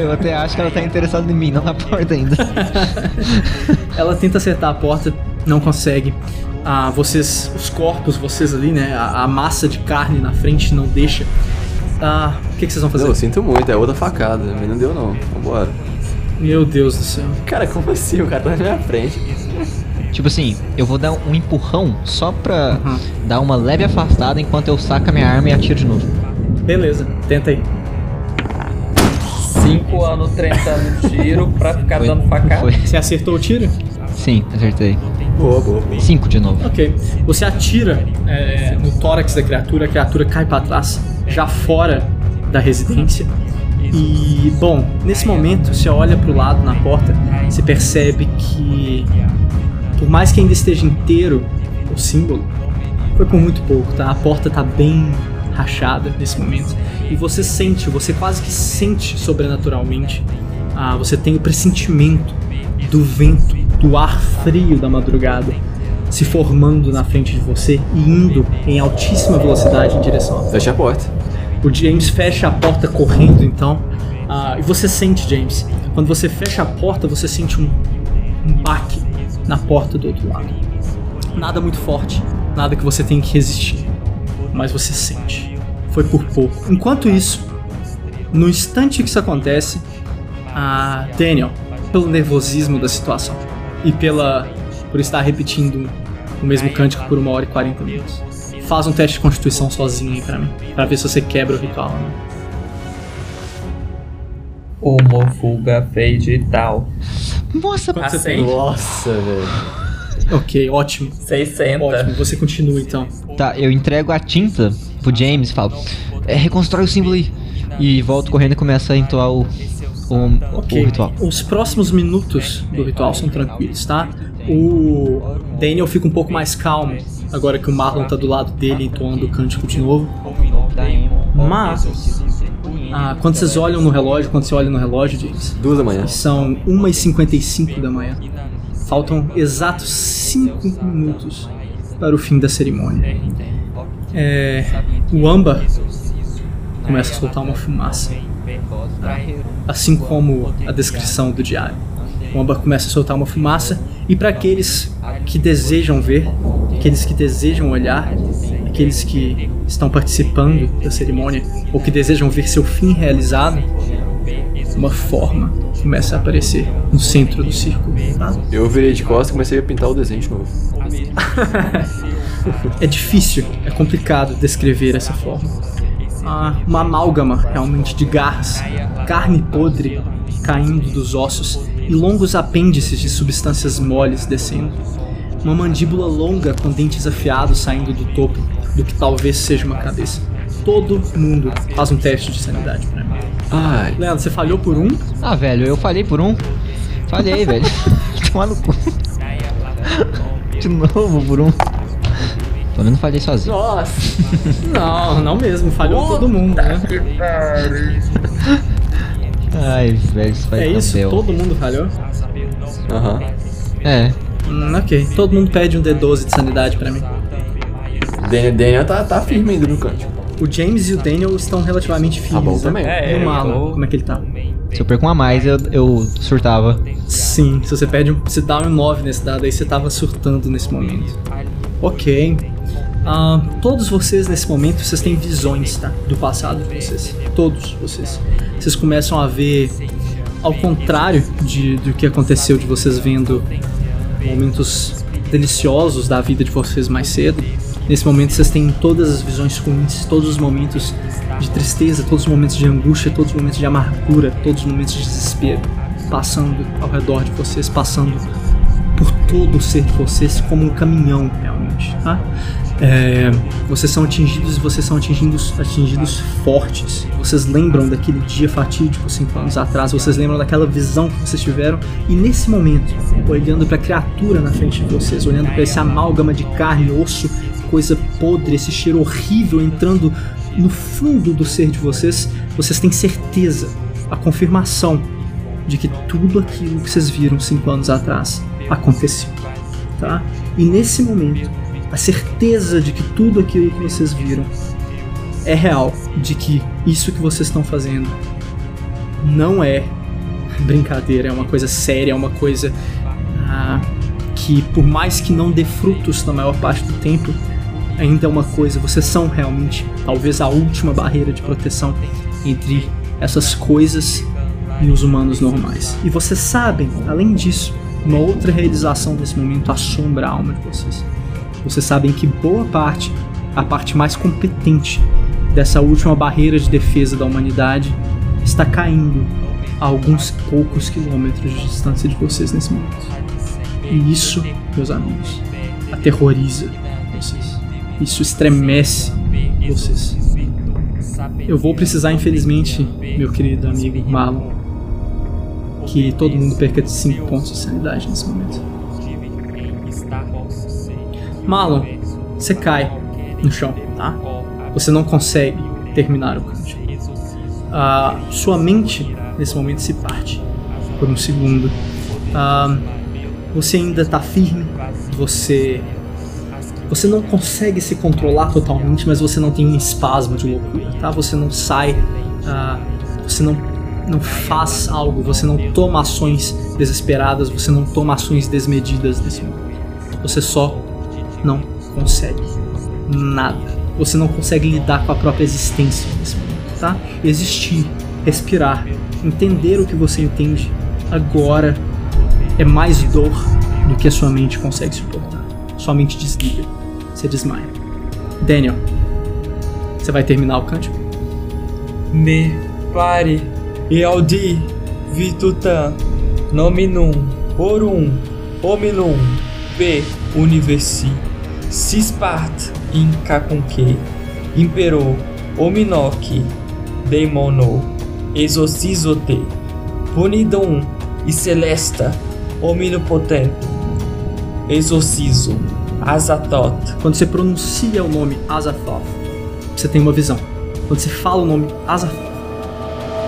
[SPEAKER 4] Eu até acho que ela tá interessada em mim, não na porta ainda.
[SPEAKER 3] Ela tenta acertar a porta, não consegue. Ah, vocês, os corpos, vocês ali, né? A, a massa de carne na frente não deixa. Ah, o que, que vocês vão fazer?
[SPEAKER 1] Não, eu sinto muito, é outra facada, mas não deu não. Vambora.
[SPEAKER 3] Meu Deus do céu.
[SPEAKER 1] Cara, como assim? O cara tá na minha frente.
[SPEAKER 4] Tipo assim, eu vou dar um empurrão só pra
[SPEAKER 3] Uhum.
[SPEAKER 4] dar uma leve afastada enquanto eu saco a minha arma e atiro de novo.
[SPEAKER 3] Beleza, tenta aí.
[SPEAKER 2] 5 anos trentando tiro pra ficar Tá dando facada.
[SPEAKER 4] foi.
[SPEAKER 3] Você acertou o tiro?
[SPEAKER 4] Sim, acertei.
[SPEAKER 1] Boa, boa.
[SPEAKER 4] Cinco de novo.
[SPEAKER 3] Ok. Você atira é, no tórax da criatura, a criatura cai pra trás, já fora da residência. E, bom, nesse momento, você olha pro lado na porta, você percebe que, por mais que ainda esteja inteiro o símbolo, foi por muito pouco, tá? A porta tá bem rachada nesse momento. E você sente, você quase que sente sobrenaturalmente. Ah, você tem o pressentimento do vento, do ar frio da madrugada se formando na frente de você e indo em altíssima velocidade em direção à porta.
[SPEAKER 1] Fecha a porta.
[SPEAKER 3] O James fecha a porta correndo, então. ah, e você sente, James, quando você fecha a porta, você sente um, um baque na porta do outro lado. Nada muito forte, nada que você tem que resistir, mas você sente. Foi por pouco. Enquanto isso, no instante que isso acontece, a Daniel, pelo nervosismo da situação e pela por estar repetindo o mesmo cântico por uma hora e 40 minutos, faz um teste de constituição sozinho aí pra mim, pra ver se você quebra o ritual. Né?
[SPEAKER 2] Uma fuga feia e tal.
[SPEAKER 4] Nossa,
[SPEAKER 3] Quanto você
[SPEAKER 2] Aceito.
[SPEAKER 1] Nossa, velho.
[SPEAKER 3] Ok, ótimo.
[SPEAKER 2] 600.
[SPEAKER 3] Ótimo, você continua então.
[SPEAKER 4] tá, eu entrego a tinta pro James e falo: "É, reconstrói o símbolo aí. E volto correndo e começo a entoar o, o, o
[SPEAKER 3] Ok,
[SPEAKER 4] ritual.
[SPEAKER 3] os próximos minutos do ritual são tranquilos, tá? O Daniel fica um pouco mais calmo agora que o Marlon tá do lado dele entoando o cântico de novo. Mas, ah, quando vocês olham no relógio, quando você olha no relógio, James,
[SPEAKER 1] Duas da manhã.
[SPEAKER 3] são 1h55 da manhã. Faltam exatos 5 minutos para o fim da cerimônia. É, o âmbar começa a soltar uma fumaça. Assim como a descrição do diário. O âmbar começa a soltar uma fumaça e para aqueles que desejam ver, aqueles que desejam olhar, aqueles que estão participando da cerimônia ou que desejam ver seu fim realizado, uma forma começa a aparecer no centro do círculo. tá?
[SPEAKER 1] Eu virei de costas e comecei a pintar o desenho de novo.
[SPEAKER 3] É difícil, é complicado descrever essa forma. Ah, uma amálgama realmente de garras, carne podre caindo dos ossos e longos apêndices de substâncias moles descendo. Uma mandíbula longa com dentes afiados saindo do topo do que talvez seja uma cabeça. Todo mundo faz um teste de sanidade pra mim.
[SPEAKER 1] Ai,
[SPEAKER 3] Leandro, você falhou por um?
[SPEAKER 4] Ah, velho, eu falei por um. Falhei, velho. Tomar no cu. De novo por um. Pelo menos falhei sozinho.
[SPEAKER 3] Nossa! Não, não mesmo, falhou todo mundo, né?
[SPEAKER 4] Ai, velho, isso vai um
[SPEAKER 3] É
[SPEAKER 4] tão
[SPEAKER 3] isso?
[SPEAKER 4] bel.
[SPEAKER 3] Todo mundo falhou?
[SPEAKER 1] aham.
[SPEAKER 4] É.
[SPEAKER 3] Hum, ok. Todo mundo pede um D12 de sanidade pra mim.
[SPEAKER 1] Dan- Daniel tá, tá firme ainda no cântico.
[SPEAKER 3] O James e o Daniel estão relativamente firmes.
[SPEAKER 1] Tá bom
[SPEAKER 3] né?
[SPEAKER 1] também.
[SPEAKER 2] É,
[SPEAKER 3] E o
[SPEAKER 2] eu
[SPEAKER 3] Marlon,
[SPEAKER 2] tô-
[SPEAKER 3] como é que ele tá?
[SPEAKER 4] Se eu perco uma a mais, eu, eu surtava.
[SPEAKER 3] Sim, se você perde um. Se dá um 9 nesse dado aí, você tava surtando nesse momento. Ok. Ah, todos vocês nesse momento, vocês têm visões, tá? Do passado de vocês. Todos vocês. Vocês começam a ver ao contrário de, do que aconteceu de vocês vendo momentos deliciosos da vida de vocês mais cedo. Nesse momento vocês têm todas as visões ruins, todos os momentos de tristeza, todos os momentos de angústia, todos os momentos de amargura, todos os momentos de desespero passando ao redor de vocês, passando por todo o ser de vocês como um caminhão realmente, tá? É, vocês são atingidos e vocês são atingidos, atingidos fortes. Vocês lembram daquele dia fatídico cinco anos atrás, vocês lembram daquela visão que vocês tiveram e nesse momento, olhando para a criatura na frente de vocês, olhando para esse amálgama de carne, osso, coisa podre, esse cheiro horrível entrando no fundo do ser de vocês, vocês têm certeza, a confirmação de que tudo aquilo que vocês viram cinco anos atrás aconteceu, tá? E nesse momento, a certeza de que tudo aquilo que vocês viram é real, de que isso que vocês estão fazendo não é brincadeira, é uma coisa séria, é uma coisa ah, que, por mais que não dê frutos na maior parte do tempo, ainda é uma coisa, vocês são realmente talvez a última barreira de proteção entre essas coisas e os humanos normais. E vocês sabem, além disso, uma outra realização desse momento assombra a alma de vocês. Vocês sabem que boa parte, a parte mais competente dessa última barreira de defesa da humanidade, está caindo a alguns poucos quilômetros de distância de vocês nesse momento. E isso, meus amigos, aterroriza vocês. Isso estremece vocês. Eu vou precisar, infelizmente, meu querido amigo Marlon, que todo mundo perca de 5 pontos de sanidade nesse momento. Marlon, você cai no chão, tá? Você não consegue terminar o cântico. Ah, sua mente, nesse momento, se parte por um segundo. Ah, você ainda tá firme, você. Você não consegue se controlar totalmente, mas você não tem um espasmo de loucura, tá? Você não sai, ah, você não, não faz algo, você não toma ações desesperadas, você não toma ações desmedidas nesse momento. Você só não consegue nada. Você não consegue lidar com a própria existência nesse momento, tá? Existir, respirar, entender o que você entende agora é mais dor do que a sua mente consegue suportar. Sua mente desliga, você desmaia. Daniel, você vai terminar o cântico?
[SPEAKER 2] Me pare e audi vitutam nominum orum hominum b universi sispart in cacunque impero hominoque demono exorcisote Unidum e Celesta, Omnipotente, Exorciso, Azatoth,
[SPEAKER 3] Quando você pronuncia o nome Azathoth, você tem uma visão. Quando você fala o nome Azathoth,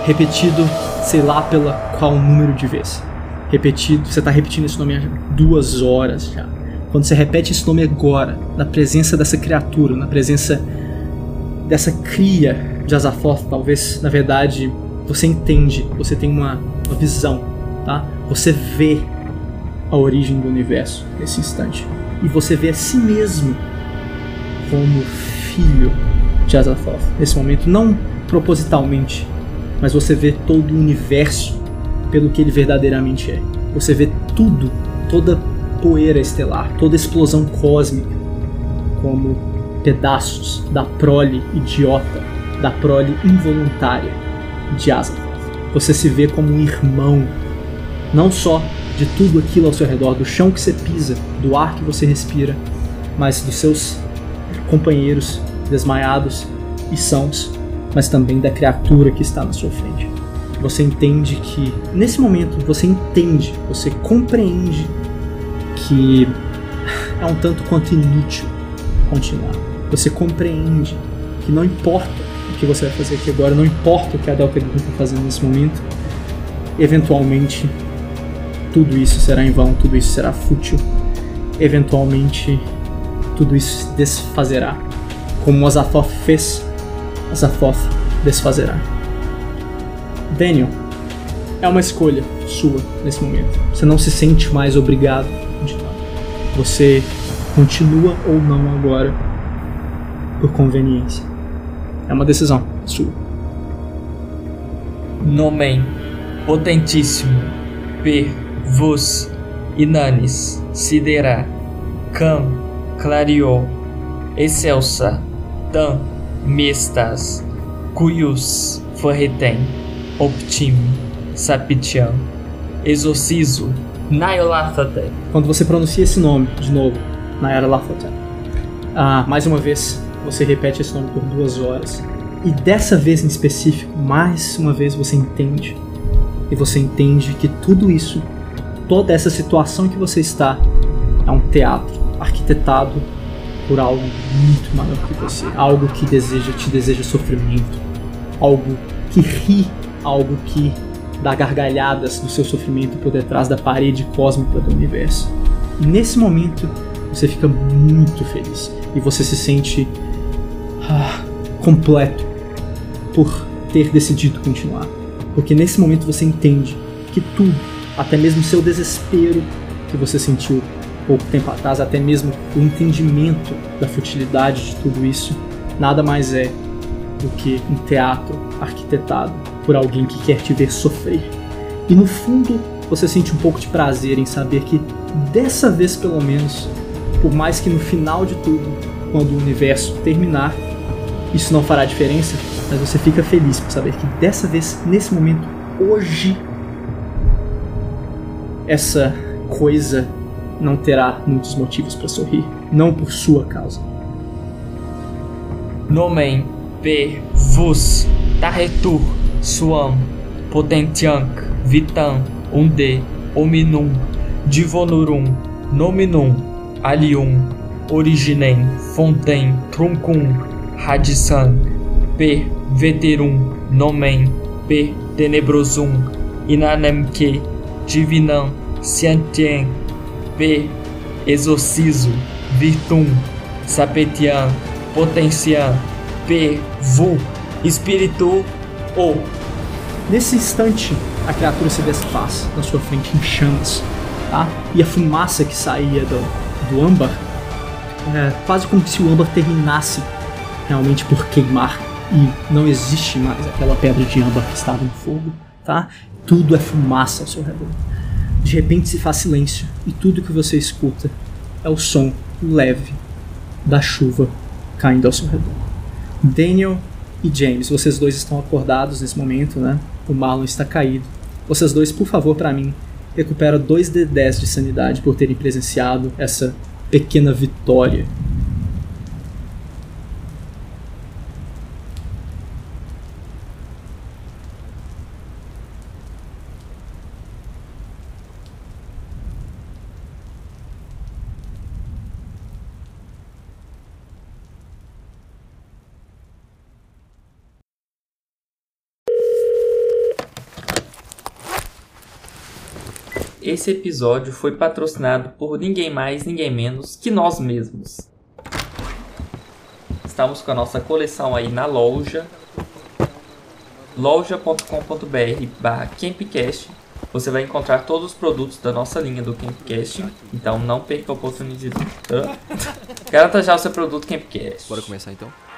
[SPEAKER 3] repetido, sei lá pela qual número de vezes. Repetido, você tá repetindo esse nome há duas horas já. Quando você repete esse nome agora, na presença dessa criatura, na presença dessa cria de Azathoth, talvez, na verdade, você entende, você tem uma, uma visão, tá? Você vê a origem do universo nesse instante. E você vê a si mesmo como filho de Azathoth nesse momento, não propositalmente, mas você vê todo o universo pelo que ele verdadeiramente é. Você vê tudo, toda poeira estelar, toda explosão cósmica, como pedaços da prole idiota, da prole involuntária de Azathoth. Você se vê como um irmão, não só de tudo aquilo ao seu redor, do chão que você pisa, do ar que você respira, mas dos seus companheiros desmaiados e sãos, mas também da criatura que está na sua frente. Você entende que, nesse momento, você entende, você compreende que é um tanto quanto inútil continuar. Você compreende que não importa o que você vai fazer aqui agora, não importa o que a Delcadigma está fazendo nesse momento, eventualmente tudo isso será em vão, tudo isso será fútil. Eventualmente, tudo isso se desfazerá. Como Azathoth fez, Azathoth desfazerá. Daniel, é uma escolha sua nesse momento. Você não se sente mais obrigado de nada. Você continua ou não agora por conveniência. É uma decisão sua.
[SPEAKER 2] Nomen, é Potentíssimo, Per, Vos, Inanis, Sidera, Cam, Clario, Excelsa, Tam, Mestas, Cuius, Forretem, Optim, Sapitian, Exorciso, Naiolathate.
[SPEAKER 3] Quando você pronuncia esse nome de novo, na era Lafota, ah, mais uma vez você repete esse nome por duas horas. E dessa vez em específico, mais uma vez você entende. E você entende que tudo isso, toda essa situação que você está, é um teatro arquitetado por algo muito maior que você. Algo que deseja, te deseja sofrimento. Algo que ri, algo que dá gargalhadas do seu sofrimento por detrás da parede cósmica do universo. E nesse momento, você fica muito feliz e você se sente ah, completo por ter decidido continuar. Porque nesse momento você entende que tudo, até mesmo seu desespero que você sentiu pouco tempo atrás, até mesmo o entendimento da futilidade de tudo isso, nada mais é do que um teatro arquitetado por alguém que quer te ver sofrer. E no fundo, você sente um pouco de prazer em saber que dessa vez pelo menos por mais que no final de tudo, quando o universo terminar, isso não fará diferença, mas você fica feliz por saber que dessa vez, nesse momento, hoje, essa coisa não terá muitos motivos para sorrir, não por sua causa.
[SPEAKER 2] Nomen per vos tarretur suam potentianc vitam unde hominum divonurum nominum alium originem fontem truncum radissan per veterum nomen per tenebrosum inanemque divinam scientiem per exorciso virtum sapetiam potenciam per vu espiritu o
[SPEAKER 3] Nesse instante, a criatura se desfaz na sua frente em chamas, tá? E a fumaça que saía do, do âmbar é quase como se o âmbar terminasse realmente por queimar e não existe mais aquela pedra de âmbar que estava no fogo, tá? Tudo é fumaça ao seu redor. De repente se faz silêncio e tudo que você escuta é o som leve da chuva caindo ao seu redor. Daniel e James, vocês dois estão acordados nesse momento, né? O Marlon está caído. Vocês dois, por favor, para mim, recupera 2d10 de sanidade por terem presenciado essa pequena vitória.
[SPEAKER 2] Esse episódio foi patrocinado por ninguém mais, ninguém menos que nós mesmos. Estamos com a nossa coleção aí na loja. loja.com.br barra Campcast. Você vai encontrar todos os produtos da nossa linha do Campcast. Então não perca a oportunidade. Ah. Garanta já o seu produto Campcast.
[SPEAKER 1] Bora começar então?